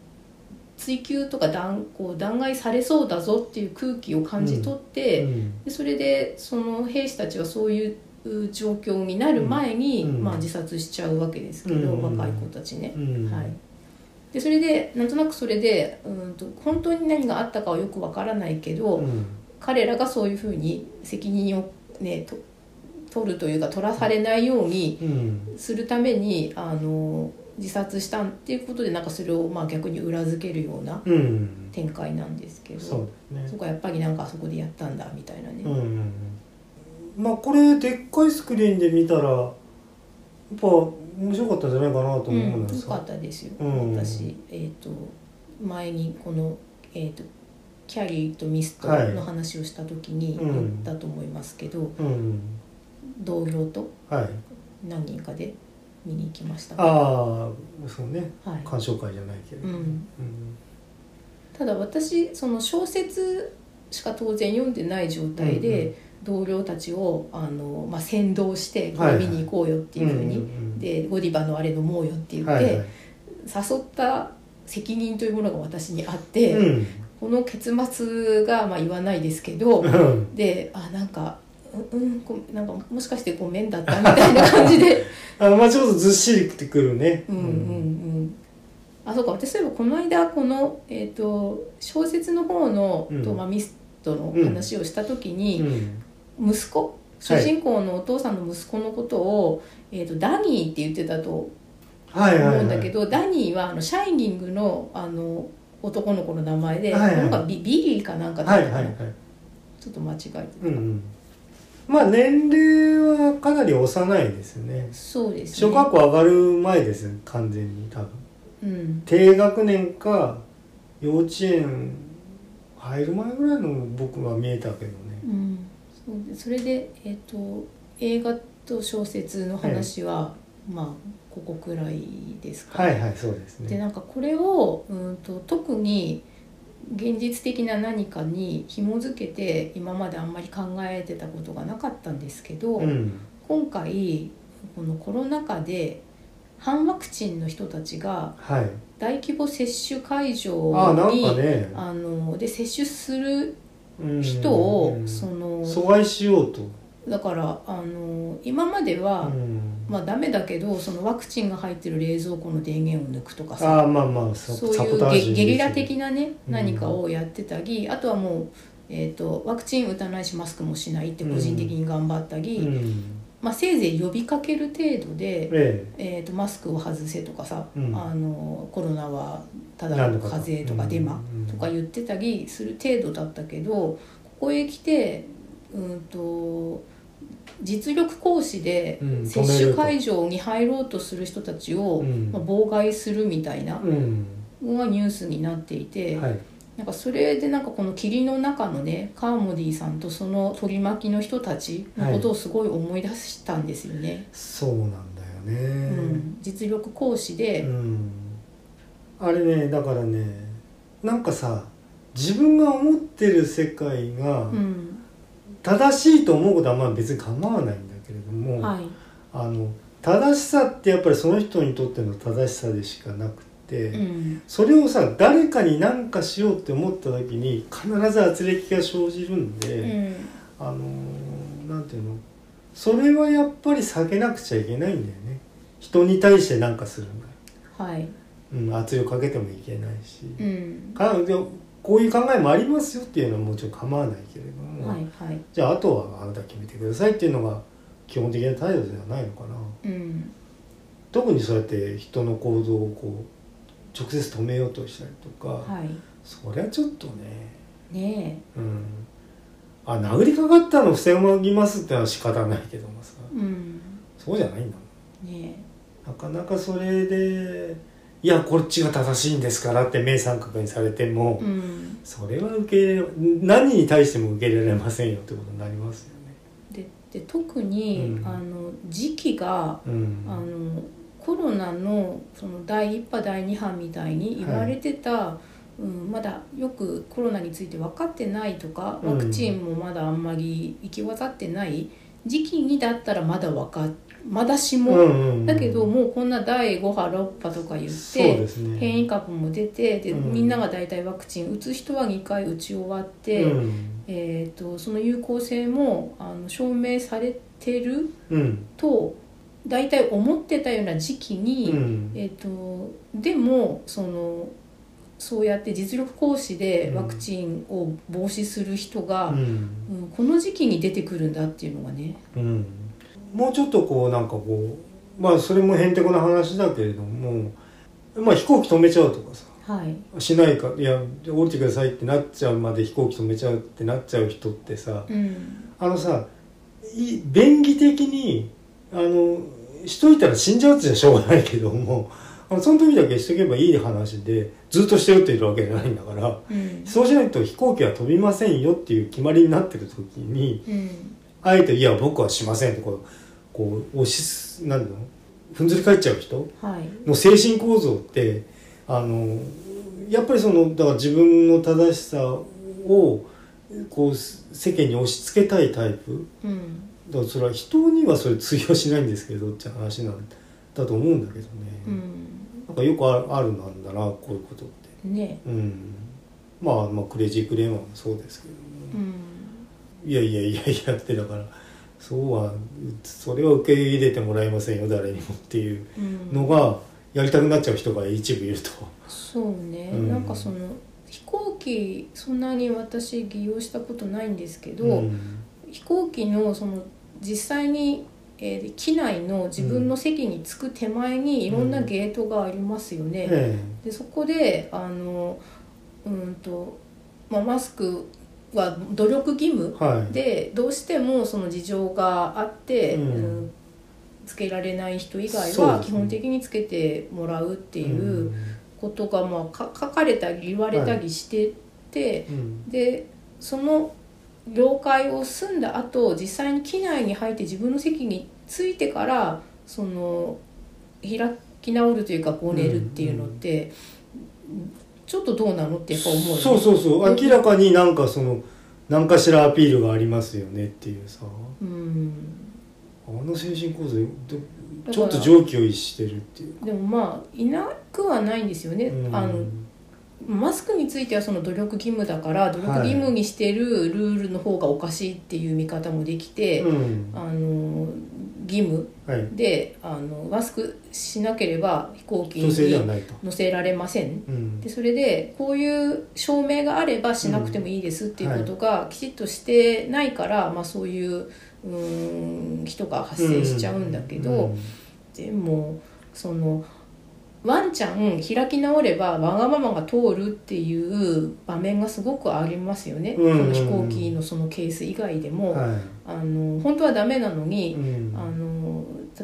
[SPEAKER 2] 追及とか弾こう弾劾されそうだぞっていう空気を感じ取って、
[SPEAKER 1] うん
[SPEAKER 2] でそれでその兵士たちはそういうう状況になる前に、
[SPEAKER 1] うん
[SPEAKER 2] まあ、自殺しちゃうわけですけど、
[SPEAKER 1] うん
[SPEAKER 2] 若い子たちね。
[SPEAKER 1] うん
[SPEAKER 2] はい、でそれでなんとなくそれでうんと本当に何があったかはよくわからないけど、
[SPEAKER 1] うん
[SPEAKER 2] 彼らがそういうふうに責任を、ね、と取るというか取らされないように
[SPEAKER 1] うん
[SPEAKER 2] するためにあの自殺したっていうことでなんかそれをまあ逆に裏付けるような
[SPEAKER 1] うん
[SPEAKER 2] 展開なんですけど
[SPEAKER 1] そうです
[SPEAKER 2] そ
[SPEAKER 1] ね
[SPEAKER 2] こはやっぱりなんかあそこでやったんだみたいなね。
[SPEAKER 1] うんうんうんまあこれでっかいスクリーンで見たらやっぱ面白かったんじゃないかなと
[SPEAKER 2] うん
[SPEAKER 1] 思うんです
[SPEAKER 2] よか
[SPEAKER 1] が
[SPEAKER 2] ったですよ、
[SPEAKER 1] うん
[SPEAKER 2] 私、えー、と前にこの、えー、とキャリーとミスト
[SPEAKER 1] はい
[SPEAKER 2] の話をした時に
[SPEAKER 1] うん
[SPEAKER 2] 言ったと思いますけど、
[SPEAKER 1] うんうん
[SPEAKER 2] 同僚と
[SPEAKER 1] はい
[SPEAKER 2] 何人かで見に行きました。
[SPEAKER 1] ああそうね
[SPEAKER 2] はい
[SPEAKER 1] 鑑賞会じゃないけれど
[SPEAKER 2] うん
[SPEAKER 1] うん
[SPEAKER 2] ただ私その小説しか当然読んでない状態で、同僚たちをあの、まあ、先導してこ
[SPEAKER 1] はい
[SPEAKER 2] れ
[SPEAKER 1] はい
[SPEAKER 2] 見に行こうよっていうふうに、
[SPEAKER 1] んん
[SPEAKER 2] でゴディバのあれ飲もうよって言って、
[SPEAKER 1] はいはい
[SPEAKER 2] 誘った責任というものが私にあって、
[SPEAKER 1] うん
[SPEAKER 2] この結末が、まあ、言わないですけど、
[SPEAKER 1] うん
[SPEAKER 2] であなんか。ううん、こなんかもしかしてごめんだったみたいな感じで
[SPEAKER 1] あのまあちょっとずっしりってくるね
[SPEAKER 2] うんうんうんあそうか私そういえばこの間この、えー、と小説の方の、
[SPEAKER 1] うん
[SPEAKER 2] とまあ、ミストの話をした時に、
[SPEAKER 1] うん
[SPEAKER 2] 息子主人公のお父さんの息子のことを、えー、とダニーって言ってたと思
[SPEAKER 1] はいはいは
[SPEAKER 2] う
[SPEAKER 1] い
[SPEAKER 2] んだけど、ダニーはあの「シャイニングの」あの男の子の名前で、
[SPEAKER 1] はいはい
[SPEAKER 2] なんかビビリーかなんかだ
[SPEAKER 1] は
[SPEAKER 2] った
[SPEAKER 1] い
[SPEAKER 2] かな
[SPEAKER 1] はいはい
[SPEAKER 2] ちょっと間違えてた、
[SPEAKER 1] うんうんまあ年齢はかなり幼いですね
[SPEAKER 2] そうです
[SPEAKER 1] 小学校上がる前ですね完全に多分
[SPEAKER 2] うん
[SPEAKER 1] 低学年か幼稚園入る前ぐらいの僕は見えたけどね
[SPEAKER 2] うん、そうでそれで、えっと映画と小説の話は、まあここくらいですか、
[SPEAKER 1] はいはいそうです
[SPEAKER 2] で
[SPEAKER 1] ね
[SPEAKER 2] なんかこれをうんと特に現実的な何かに紐づけて今まであんまり考えてたことがなかったんですけど、
[SPEAKER 1] うん
[SPEAKER 2] 今回このコロナ禍で反ワクチンの人たちが
[SPEAKER 1] はい
[SPEAKER 2] 大規模接種会場に
[SPEAKER 1] ああなんかね
[SPEAKER 2] あので接種する
[SPEAKER 1] うん
[SPEAKER 2] 人を、
[SPEAKER 1] うん
[SPEAKER 2] その
[SPEAKER 1] 阻害しようと、
[SPEAKER 2] だからあの今までは、
[SPEAKER 1] うん
[SPEAKER 2] まあダメだけどそのワクチンが入ってる冷蔵庫の電源を抜くとかさ
[SPEAKER 1] ああまあまあそ
[SPEAKER 2] そう
[SPEAKER 1] サ
[SPEAKER 2] い
[SPEAKER 1] ポタ
[SPEAKER 2] う
[SPEAKER 1] ー
[SPEAKER 2] ゲ
[SPEAKER 1] ジュ
[SPEAKER 2] ゲリラ的
[SPEAKER 1] な
[SPEAKER 2] なね
[SPEAKER 1] うん
[SPEAKER 2] 何かをやってたり、あとはもう、えー、とワクチン打たないしマスクもしないって個人的に頑張ったり、
[SPEAKER 1] うん
[SPEAKER 2] まあ、せいぜい呼びかける程度で、
[SPEAKER 1] え
[SPEAKER 2] えー、とマスクを外せとかさ、
[SPEAKER 1] うん
[SPEAKER 2] あのコロナはただ
[SPEAKER 1] な
[SPEAKER 2] の
[SPEAKER 1] んだか
[SPEAKER 2] 風邪とかデマ
[SPEAKER 1] うん
[SPEAKER 2] とか言ってたりする程度だったけどここへ来てうんと実力行使で
[SPEAKER 1] うん
[SPEAKER 2] 接種会場に入ろうとする人たちを、
[SPEAKER 1] うん
[SPEAKER 2] まあ、妨害するみたいな
[SPEAKER 1] えうん
[SPEAKER 2] のがニュースになっていて、
[SPEAKER 1] はい
[SPEAKER 2] なんかそれでなんかこの霧の中のねカーモディさんとその取り巻きの人たちのことをすごい思い出したんですよね。
[SPEAKER 1] そうなんだよね、
[SPEAKER 2] うん、実力行使
[SPEAKER 1] う
[SPEAKER 2] で、
[SPEAKER 1] んあれねだからねなんかさ自分が思ってる世界が
[SPEAKER 2] うん
[SPEAKER 1] 正しいと思うことはまあ別に構わないんだけれども、
[SPEAKER 2] はい、
[SPEAKER 1] あの正しさってやっぱりその人にとっての正しさでしかなくて、
[SPEAKER 2] うん
[SPEAKER 1] それをさ誰かに何かしようって思った時に必ず圧力が生じるんで、
[SPEAKER 2] うん
[SPEAKER 1] あのーなんていうのそれはやっぱり避けなくちゃいけないんだよね人に対して何かするんだ
[SPEAKER 2] はい、
[SPEAKER 1] うん、圧力かけてもいけないし、
[SPEAKER 2] うん、
[SPEAKER 1] かでもこういう考えもありますよっていうのはもちろん構わないけれども、
[SPEAKER 2] はいはい、
[SPEAKER 1] じゃああとはあなた決めてくださいっていうのが基本的な態度ではないのかな
[SPEAKER 2] うん、
[SPEAKER 1] 特にそうやって人の行動をこう直接止めようとしたりとか、
[SPEAKER 2] はい、
[SPEAKER 1] そりゃちょっとね
[SPEAKER 2] ね
[SPEAKER 1] うんあ殴りかかったの防ぎますってのは仕方ないけどもさ
[SPEAKER 2] え、うん、
[SPEAKER 1] そうじゃないんだもん
[SPEAKER 2] ね
[SPEAKER 1] なかなかそれでいやこっちが正しいんですからって明三角にされても、
[SPEAKER 2] え、うん、
[SPEAKER 1] それは受け入れ何に対しても受け入れられませんよってことになりますよね。
[SPEAKER 2] でで特に、
[SPEAKER 1] うん
[SPEAKER 2] あの時期が
[SPEAKER 1] う
[SPEAKER 2] あ
[SPEAKER 1] ん、
[SPEAKER 2] のコロナのその第1波第2波みたいに言われてた、うん、まだよくコロナについて分かってないとか
[SPEAKER 1] うん
[SPEAKER 2] ワクチンもまだあんまり行き渡ってない時期にだったらまだわかまだしも、
[SPEAKER 1] うんうん
[SPEAKER 2] だけどもうこんな第5波6波とか言っ
[SPEAKER 1] そう
[SPEAKER 2] て
[SPEAKER 1] ですね
[SPEAKER 2] 変異株も出てで、
[SPEAKER 1] うん
[SPEAKER 2] みんなが大体ワクチン打つ人は2回打ち終わって、
[SPEAKER 1] うん
[SPEAKER 2] えー、とその有効性もあの証明されてる
[SPEAKER 1] うん
[SPEAKER 2] と大体思ってたような時期に、
[SPEAKER 1] うん
[SPEAKER 2] えー、とでもそのそうやって実力行使でワクチンを防止する人が、
[SPEAKER 1] うん
[SPEAKER 2] うんこの時期に出てくるんだっていうのがね。
[SPEAKER 1] うんもうちょっとこうなんかこうまあそれもへんてこな話だけれどもまあ飛行機止めちゃうとかさ
[SPEAKER 2] はい、
[SPEAKER 1] しないかいや降りてくださいってなっちゃうまで飛行機止めちゃうってなっちゃう人ってさ、
[SPEAKER 2] うん
[SPEAKER 1] あのさい便宜的にあのしといたら死んじゃうってじゃしょうがないけども (laughs) あのその時だけしとけばいい話でずっとしてるっているわけじゃないんだから
[SPEAKER 2] うん
[SPEAKER 1] そうしないと飛行機は飛びませんよっていう決まりになってる時に
[SPEAKER 2] うん
[SPEAKER 1] あえて「いや僕はしません」ってこうこう押しすなんのふんずり返っちゃう人
[SPEAKER 2] はい、
[SPEAKER 1] の精神構造ってあのやっぱりそのだから自分の正しさをこう世間に押し付けたいタイプ
[SPEAKER 2] うん
[SPEAKER 1] だからそれは人にはそれ通用しないんですけどって話なんだと思うんだけどね、
[SPEAKER 2] うん、
[SPEAKER 1] なんかよくあるあるなんだなこういうことって、
[SPEAKER 2] ね、
[SPEAKER 1] うん、まあまあクレイジークレーマーもそうですけど
[SPEAKER 2] う
[SPEAKER 1] も、
[SPEAKER 2] ん、
[SPEAKER 1] いやいやいやいやってだからそうはそれは受け入れてもらえませんよ誰にもっていう
[SPEAKER 2] うん、
[SPEAKER 1] のがやりたくなっちゃう人が一部いると。
[SPEAKER 2] そうね、
[SPEAKER 1] うん
[SPEAKER 2] なんかその飛行機そんなに私利用したことないんですけど、
[SPEAKER 1] うん
[SPEAKER 2] 飛行機のその実際に、えー機内の自分の席に着く手前にいろんなゲートがありますよね。
[SPEAKER 1] え
[SPEAKER 2] でそこであのうんと、まあ、マスクは努力義務
[SPEAKER 1] はい
[SPEAKER 2] でどうしてもその事情があって、
[SPEAKER 1] うん
[SPEAKER 2] うんつけられない人以外
[SPEAKER 1] そうです
[SPEAKER 2] は
[SPEAKER 1] ね
[SPEAKER 2] 基本的につけてもらうっていう
[SPEAKER 1] うん
[SPEAKER 2] ことがまあか書かれたり言われたりしてて、
[SPEAKER 1] うん
[SPEAKER 2] でその業界を済んだ後実際に機内に入って自分の席に着いてからその開き直るというかこう寝るっていうのって、ちょっとどうなのってやっぱ思うよね
[SPEAKER 1] そうそうそう明らかになんかその何かしらアピールがありますよねっていうさ
[SPEAKER 2] うん
[SPEAKER 1] あの精神構造ど
[SPEAKER 2] から
[SPEAKER 1] ちょっと常軌を逸してるっていう
[SPEAKER 2] でもまあいなくはないんですよね、
[SPEAKER 1] うん
[SPEAKER 2] あのマスクについてはその努力義務だから努力義務にしてるルールの方がおかしいっていう見方もできて、
[SPEAKER 1] うん
[SPEAKER 2] あの義務
[SPEAKER 1] はい
[SPEAKER 2] であのマスクしなければ飛行機
[SPEAKER 1] 強制では
[SPEAKER 2] に
[SPEAKER 1] ないと、
[SPEAKER 2] 乗せられません
[SPEAKER 1] うん
[SPEAKER 2] でそれでこういう証明があればしなくてもいいですっていうことがきちっとしてないから、まあ、そういううーん人が発生しちゃうんだけど、
[SPEAKER 1] うん
[SPEAKER 2] でもそのワンちゃん開き直ればわがままが通るっていう場面がすごくありますよね、
[SPEAKER 1] うんうんうん
[SPEAKER 2] その飛行機のそのケース以外でも、
[SPEAKER 1] は
[SPEAKER 2] あの本当はダメなの
[SPEAKER 1] い、
[SPEAKER 2] に、
[SPEAKER 1] ん
[SPEAKER 2] あの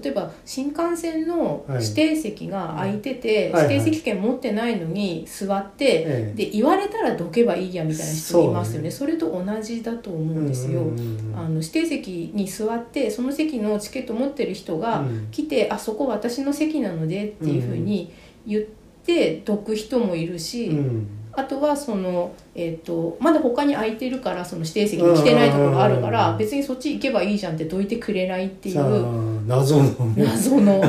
[SPEAKER 2] 例えば新幹線の
[SPEAKER 1] はい
[SPEAKER 2] 指定席が空いてて、
[SPEAKER 1] はいはい
[SPEAKER 2] 指定席券持ってないのに座って、
[SPEAKER 1] ええ
[SPEAKER 2] で言われたらどけばいいやみたいな人いますよねそれと同じだと思うんですよ。
[SPEAKER 1] うんうんうんうん
[SPEAKER 2] あの指定席に座ってその席のチケット持ってる人が
[SPEAKER 1] うん
[SPEAKER 2] 来て「あそこ私の席なので」っていうふうに言ってどく人もいるし、
[SPEAKER 1] うん
[SPEAKER 2] あとはその、えっとまだ他に空いてるからその指定席に来てないところがあるか
[SPEAKER 1] う
[SPEAKER 2] ら
[SPEAKER 1] ん
[SPEAKER 2] 別にそっち行けばいいじゃんってどいてくれないってい
[SPEAKER 1] さあ
[SPEAKER 2] う
[SPEAKER 1] 謎のね
[SPEAKER 2] 謎の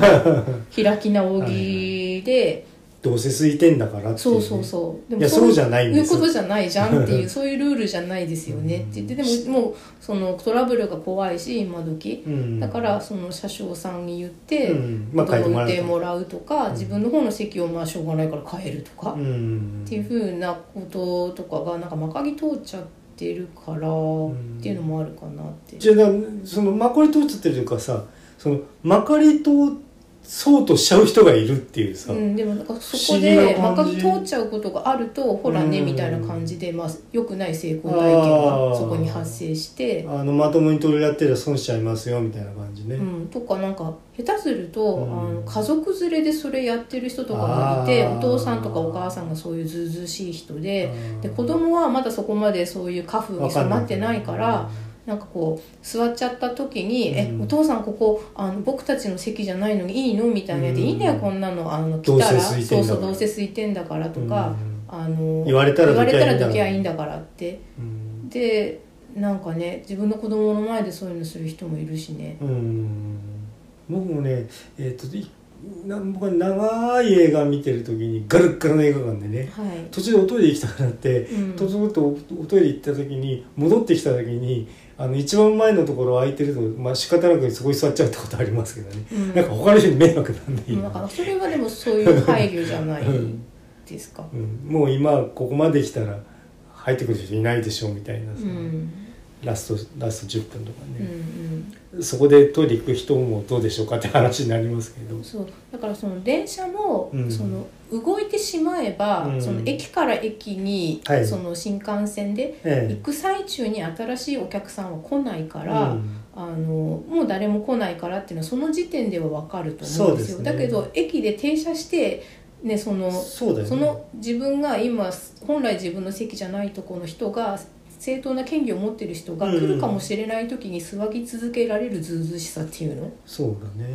[SPEAKER 2] 開き直りで
[SPEAKER 1] (laughs) どうせ空いてんだからってい
[SPEAKER 2] そう
[SPEAKER 1] ね
[SPEAKER 2] そうそうで
[SPEAKER 1] いやそうじゃないん
[SPEAKER 2] い
[SPEAKER 1] で
[SPEAKER 2] う
[SPEAKER 1] す
[SPEAKER 2] ことじゃないじゃんって
[SPEAKER 1] (laughs)
[SPEAKER 2] いうそういうルールじゃないですよねって言ってでももうそのトラブルが怖いし今時
[SPEAKER 1] うん
[SPEAKER 2] だからその車掌さんに言って、
[SPEAKER 1] うんまあ変えてもらうと
[SPEAKER 2] どいてもらうとか、
[SPEAKER 1] ん
[SPEAKER 2] 自分の方の席をまあしょうがないから変えるとか、
[SPEAKER 1] う
[SPEAKER 2] っ
[SPEAKER 1] ん
[SPEAKER 2] ていうふうなこととかがなんかまかぎ通っちゃってるから、
[SPEAKER 1] ん
[SPEAKER 2] っていうのもあるかなって。
[SPEAKER 1] じゃあだそのまかり通っちゃってるというかさそのまかり通そうとしちゃう人がいるっていうさ、
[SPEAKER 2] うん、でもなんかそ
[SPEAKER 1] 不
[SPEAKER 2] こ
[SPEAKER 1] 思議な
[SPEAKER 2] で
[SPEAKER 1] 感
[SPEAKER 2] まか
[SPEAKER 1] じ
[SPEAKER 2] ぎ通っちゃうことがあるとほらね、
[SPEAKER 1] うん
[SPEAKER 2] みたいな感じで、まあ、良くない成功体験
[SPEAKER 1] あー
[SPEAKER 2] がそこに発生して、
[SPEAKER 1] あのまともに取り合ってりゃ損しちゃいますよみたいな感じね、
[SPEAKER 2] うん、とかなんか下手すると、
[SPEAKER 1] うん
[SPEAKER 2] あの家族連れでそれやってる人とかもいて
[SPEAKER 1] あー
[SPEAKER 2] お父さんとかお母さんがそういうずうずうしい人で
[SPEAKER 1] うん
[SPEAKER 2] で子供はまだそこまでそういう家風に染まってないからなんかこう座っちゃった時に「
[SPEAKER 1] うん
[SPEAKER 2] えお父さんここあの僕たちの席じゃないのにいいの?」みたいなやつで
[SPEAKER 1] う
[SPEAKER 2] 「
[SPEAKER 1] ん
[SPEAKER 2] いいんだよこんなのあの
[SPEAKER 1] ど
[SPEAKER 2] 来
[SPEAKER 1] う
[SPEAKER 2] た
[SPEAKER 1] せ
[SPEAKER 2] ら
[SPEAKER 1] 空いて
[SPEAKER 2] そ
[SPEAKER 1] ん
[SPEAKER 2] う
[SPEAKER 1] だから
[SPEAKER 2] そうどうせ空いてんだから」とか、あの
[SPEAKER 1] 言われたら
[SPEAKER 2] 言われたら
[SPEAKER 1] ど
[SPEAKER 2] ど
[SPEAKER 1] き
[SPEAKER 2] き
[SPEAKER 1] ゃ
[SPEAKER 2] ゃ
[SPEAKER 1] い
[SPEAKER 2] い
[SPEAKER 1] い
[SPEAKER 2] い
[SPEAKER 1] ん
[SPEAKER 2] ん
[SPEAKER 1] だ
[SPEAKER 2] だからって。
[SPEAKER 1] うん
[SPEAKER 2] でなんかね自分の子供の前でそういうのする人もいるしね。
[SPEAKER 1] うん僕もねえっ、といな僕は長い映画見てる時にガルッガラの映画館でね
[SPEAKER 2] はい
[SPEAKER 1] 途中でおトイレ行きたくなって
[SPEAKER 2] うん
[SPEAKER 1] とずっとおおトイレ行った時に戻ってきた時にあの一番前のところ空いてるとまあ仕方なくそこに座っちゃうってことありますけどね、
[SPEAKER 2] うん
[SPEAKER 1] なんか他の人に迷惑なんでいい
[SPEAKER 2] うんだからそれはでもそういう配慮じゃないですか。
[SPEAKER 1] うん、もう今ここまで来たら入ってくる人いないでしょうみたいな
[SPEAKER 2] う
[SPEAKER 1] さ、
[SPEAKER 2] ん、うん、
[SPEAKER 1] ラストラスト10分とか
[SPEAKER 2] うん
[SPEAKER 1] ね、そこでトイレ行く人もどうでしょうかって話になりますけど
[SPEAKER 2] うん、そうだからその電車も、
[SPEAKER 1] うん
[SPEAKER 2] その動いてしまえば、
[SPEAKER 1] うん
[SPEAKER 2] その駅から駅に、
[SPEAKER 1] はい
[SPEAKER 2] その新幹線で行
[SPEAKER 1] え
[SPEAKER 2] く最中に新しいお客さんは来ないか
[SPEAKER 1] え
[SPEAKER 2] ら、
[SPEAKER 1] うん
[SPEAKER 2] あのもう誰も来ないからっていうのはその時点では分かると思
[SPEAKER 1] そううんで
[SPEAKER 2] ですすよ。
[SPEAKER 1] ね
[SPEAKER 2] だけど駅で停車してねその
[SPEAKER 1] そうだよね
[SPEAKER 2] その自分が今本来自分の席じゃないとこの人が正当な権利を持ってる人が来るかもしれない時に座り続けられるずうずうしさっていうの、
[SPEAKER 1] そうだね、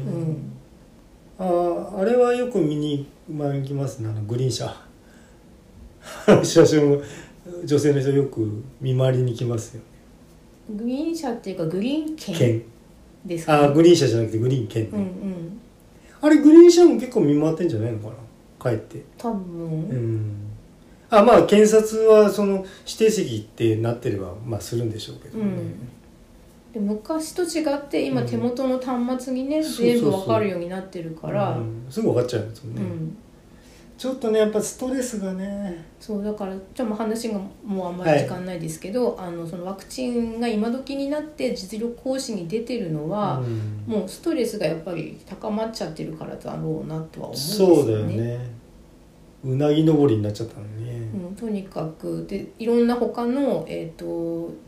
[SPEAKER 2] うん
[SPEAKER 1] あーあれはよく見に前行きますねあのグリーン車 (laughs) 車掌の女性の人よく見回りに来ますよね
[SPEAKER 2] グリーン車っていうかグリーン券
[SPEAKER 1] 券
[SPEAKER 2] ですか、
[SPEAKER 1] あーグリーン車じゃなくてグリーン券、
[SPEAKER 2] うんうん
[SPEAKER 1] あれグリーン車も結構見回ってんじゃないのかな帰って
[SPEAKER 2] 多分、
[SPEAKER 1] うんあまあ検察はその指定席ってなってればまあするんでしょうけどね、
[SPEAKER 2] うんで昔と違って今
[SPEAKER 1] うん
[SPEAKER 2] 手元の端末にね、
[SPEAKER 1] そうそうそう
[SPEAKER 2] 全部わかるようになってるから
[SPEAKER 1] う
[SPEAKER 2] うん
[SPEAKER 1] すぐ分かっちゃうんですよ
[SPEAKER 2] ん、
[SPEAKER 1] ね、ちょっとねやっぱストレスがね
[SPEAKER 2] そうだからちょっと話がもうあんまり時間ないですけど、あのそのワクチンが今時になって実力行使に出てるのは、
[SPEAKER 1] うん
[SPEAKER 2] もうストレスがやっぱり高まっちゃってるからだろうなとは思うんです
[SPEAKER 1] そうだ
[SPEAKER 2] よ
[SPEAKER 1] よ
[SPEAKER 2] ね。
[SPEAKER 1] ねうなぎ登りになっちゃったのね
[SPEAKER 2] うん、とにかくでいろんな他のえっ、と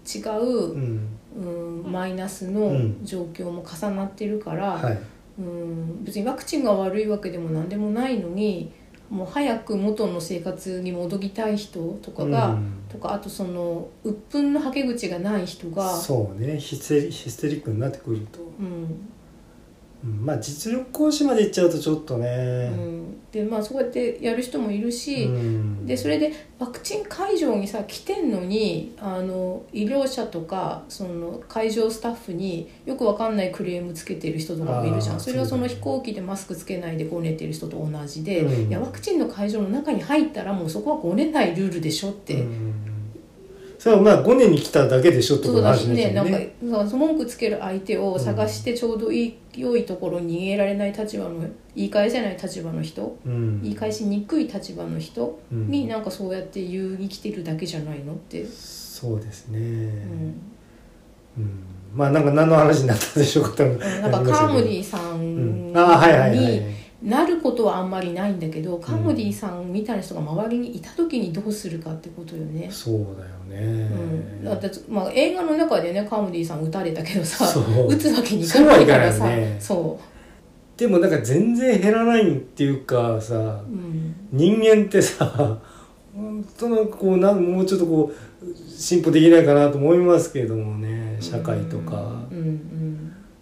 [SPEAKER 2] 違う
[SPEAKER 1] う、ん
[SPEAKER 2] うん、マイナスの
[SPEAKER 1] うん
[SPEAKER 2] 状況も重なってるから、
[SPEAKER 1] はい
[SPEAKER 2] うん別にワクチンが悪いわけでも何でもないのにもう早く元の生活に戻りたい人とかが、
[SPEAKER 1] うん
[SPEAKER 2] とかあとその鬱憤のはけ口がない人が
[SPEAKER 1] そうねヒステリヒステリックになってくると、
[SPEAKER 2] うん
[SPEAKER 1] うんまあ実力行使までいっちゃうとちょっと
[SPEAKER 2] う
[SPEAKER 1] ね、
[SPEAKER 2] ん、でまあそうやってやる人もいるし、
[SPEAKER 1] うん
[SPEAKER 2] でそれでワクチン会場にさ来てんのにあの医療者とかその会場スタッフによくわかんないクレームつけてる人とかもいるじ
[SPEAKER 1] あ
[SPEAKER 2] ゃん
[SPEAKER 1] ー
[SPEAKER 2] それはその
[SPEAKER 1] そうだ
[SPEAKER 2] 飛
[SPEAKER 1] ね
[SPEAKER 2] 行機でマスクつけないでごねてる人と同じで、
[SPEAKER 1] うん
[SPEAKER 2] いやワクチンの会場の中に入ったらもうそこはごねないルールでしょって、
[SPEAKER 1] うんそれはまあ5年に来ただけでしょってこ
[SPEAKER 2] そ
[SPEAKER 1] と
[SPEAKER 2] うだ
[SPEAKER 1] 初
[SPEAKER 2] し
[SPEAKER 1] め
[SPEAKER 2] ね
[SPEAKER 1] て
[SPEAKER 2] なんか
[SPEAKER 1] ね
[SPEAKER 2] そう文句つける相手を探してちょうどいい、良いところに逃げられない立場の言い返せない立場の人
[SPEAKER 1] うん
[SPEAKER 2] 言い返しにくい立場の人
[SPEAKER 1] うん
[SPEAKER 2] になんかそうやって言うに来てるだけじゃないのって。
[SPEAKER 1] そうですね、
[SPEAKER 2] うん
[SPEAKER 1] うんまあなんか何の話になったでしょうか多 (laughs) 分
[SPEAKER 2] なんかカーモディさん
[SPEAKER 1] うんああはいはいはい
[SPEAKER 2] になることはあんまりないんだけどカーモディさんみたいな人が周りにいた時にどうするかってことよね。
[SPEAKER 1] そうだよね
[SPEAKER 2] う、ん、だって、まあ、映画の中でねカーモディさん撃たれたけどさ
[SPEAKER 1] そう
[SPEAKER 2] 撃つわけにいかないから
[SPEAKER 1] そう
[SPEAKER 2] さ
[SPEAKER 1] はいかないよね
[SPEAKER 2] そ
[SPEAKER 1] でもなんか全然減らないっていうかさ
[SPEAKER 2] う、うん
[SPEAKER 1] 人間ってさ本当なんかこうなんもうちょっとこう進歩できないかなと思いますけどもね社会とか、
[SPEAKER 2] うんうん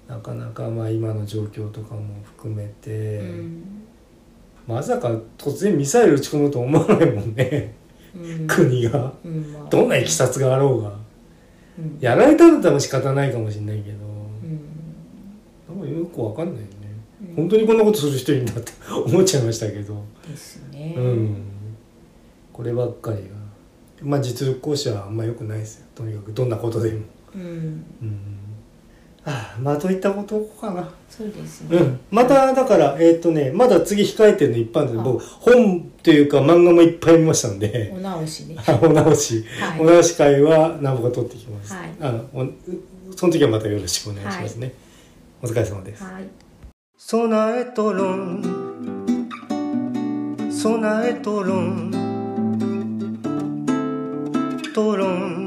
[SPEAKER 1] なかなかまあ今の状況とかも含めて、
[SPEAKER 2] うん
[SPEAKER 1] まさか突然ミサイル撃ち込むと思わないもんね (laughs)
[SPEAKER 2] うん
[SPEAKER 1] 国が
[SPEAKER 2] うんまあ
[SPEAKER 1] どんないきさつがあろうが
[SPEAKER 2] うん
[SPEAKER 1] やられたんだったら仕方ないかもしれないけど、
[SPEAKER 2] うん
[SPEAKER 1] なんかよくわかんないよね、
[SPEAKER 2] うん
[SPEAKER 1] 本当にこんなことする人いるんだって思っちゃいましたけど、
[SPEAKER 2] ですね、
[SPEAKER 1] うんこればっかりがまあ実力行使はあんま良くないですよとにかくどんなことでも、
[SPEAKER 2] うん
[SPEAKER 1] うん、ああまあといったことかな
[SPEAKER 2] そうですね、
[SPEAKER 1] うん、まただからえっ、とねまだ次控えてるの一般で
[SPEAKER 2] あ
[SPEAKER 1] 僕本というか漫画もいっぱい見ましたんで
[SPEAKER 2] お
[SPEAKER 1] (laughs)
[SPEAKER 2] 直しね
[SPEAKER 1] お直し、
[SPEAKER 2] はい
[SPEAKER 1] お直し会はナボが取ってきます、
[SPEAKER 2] はい
[SPEAKER 1] あのおその時はまたよろしくお願いしますね、お疲れ様です
[SPEAKER 2] はい
[SPEAKER 1] 備えとろん備えとろんとろん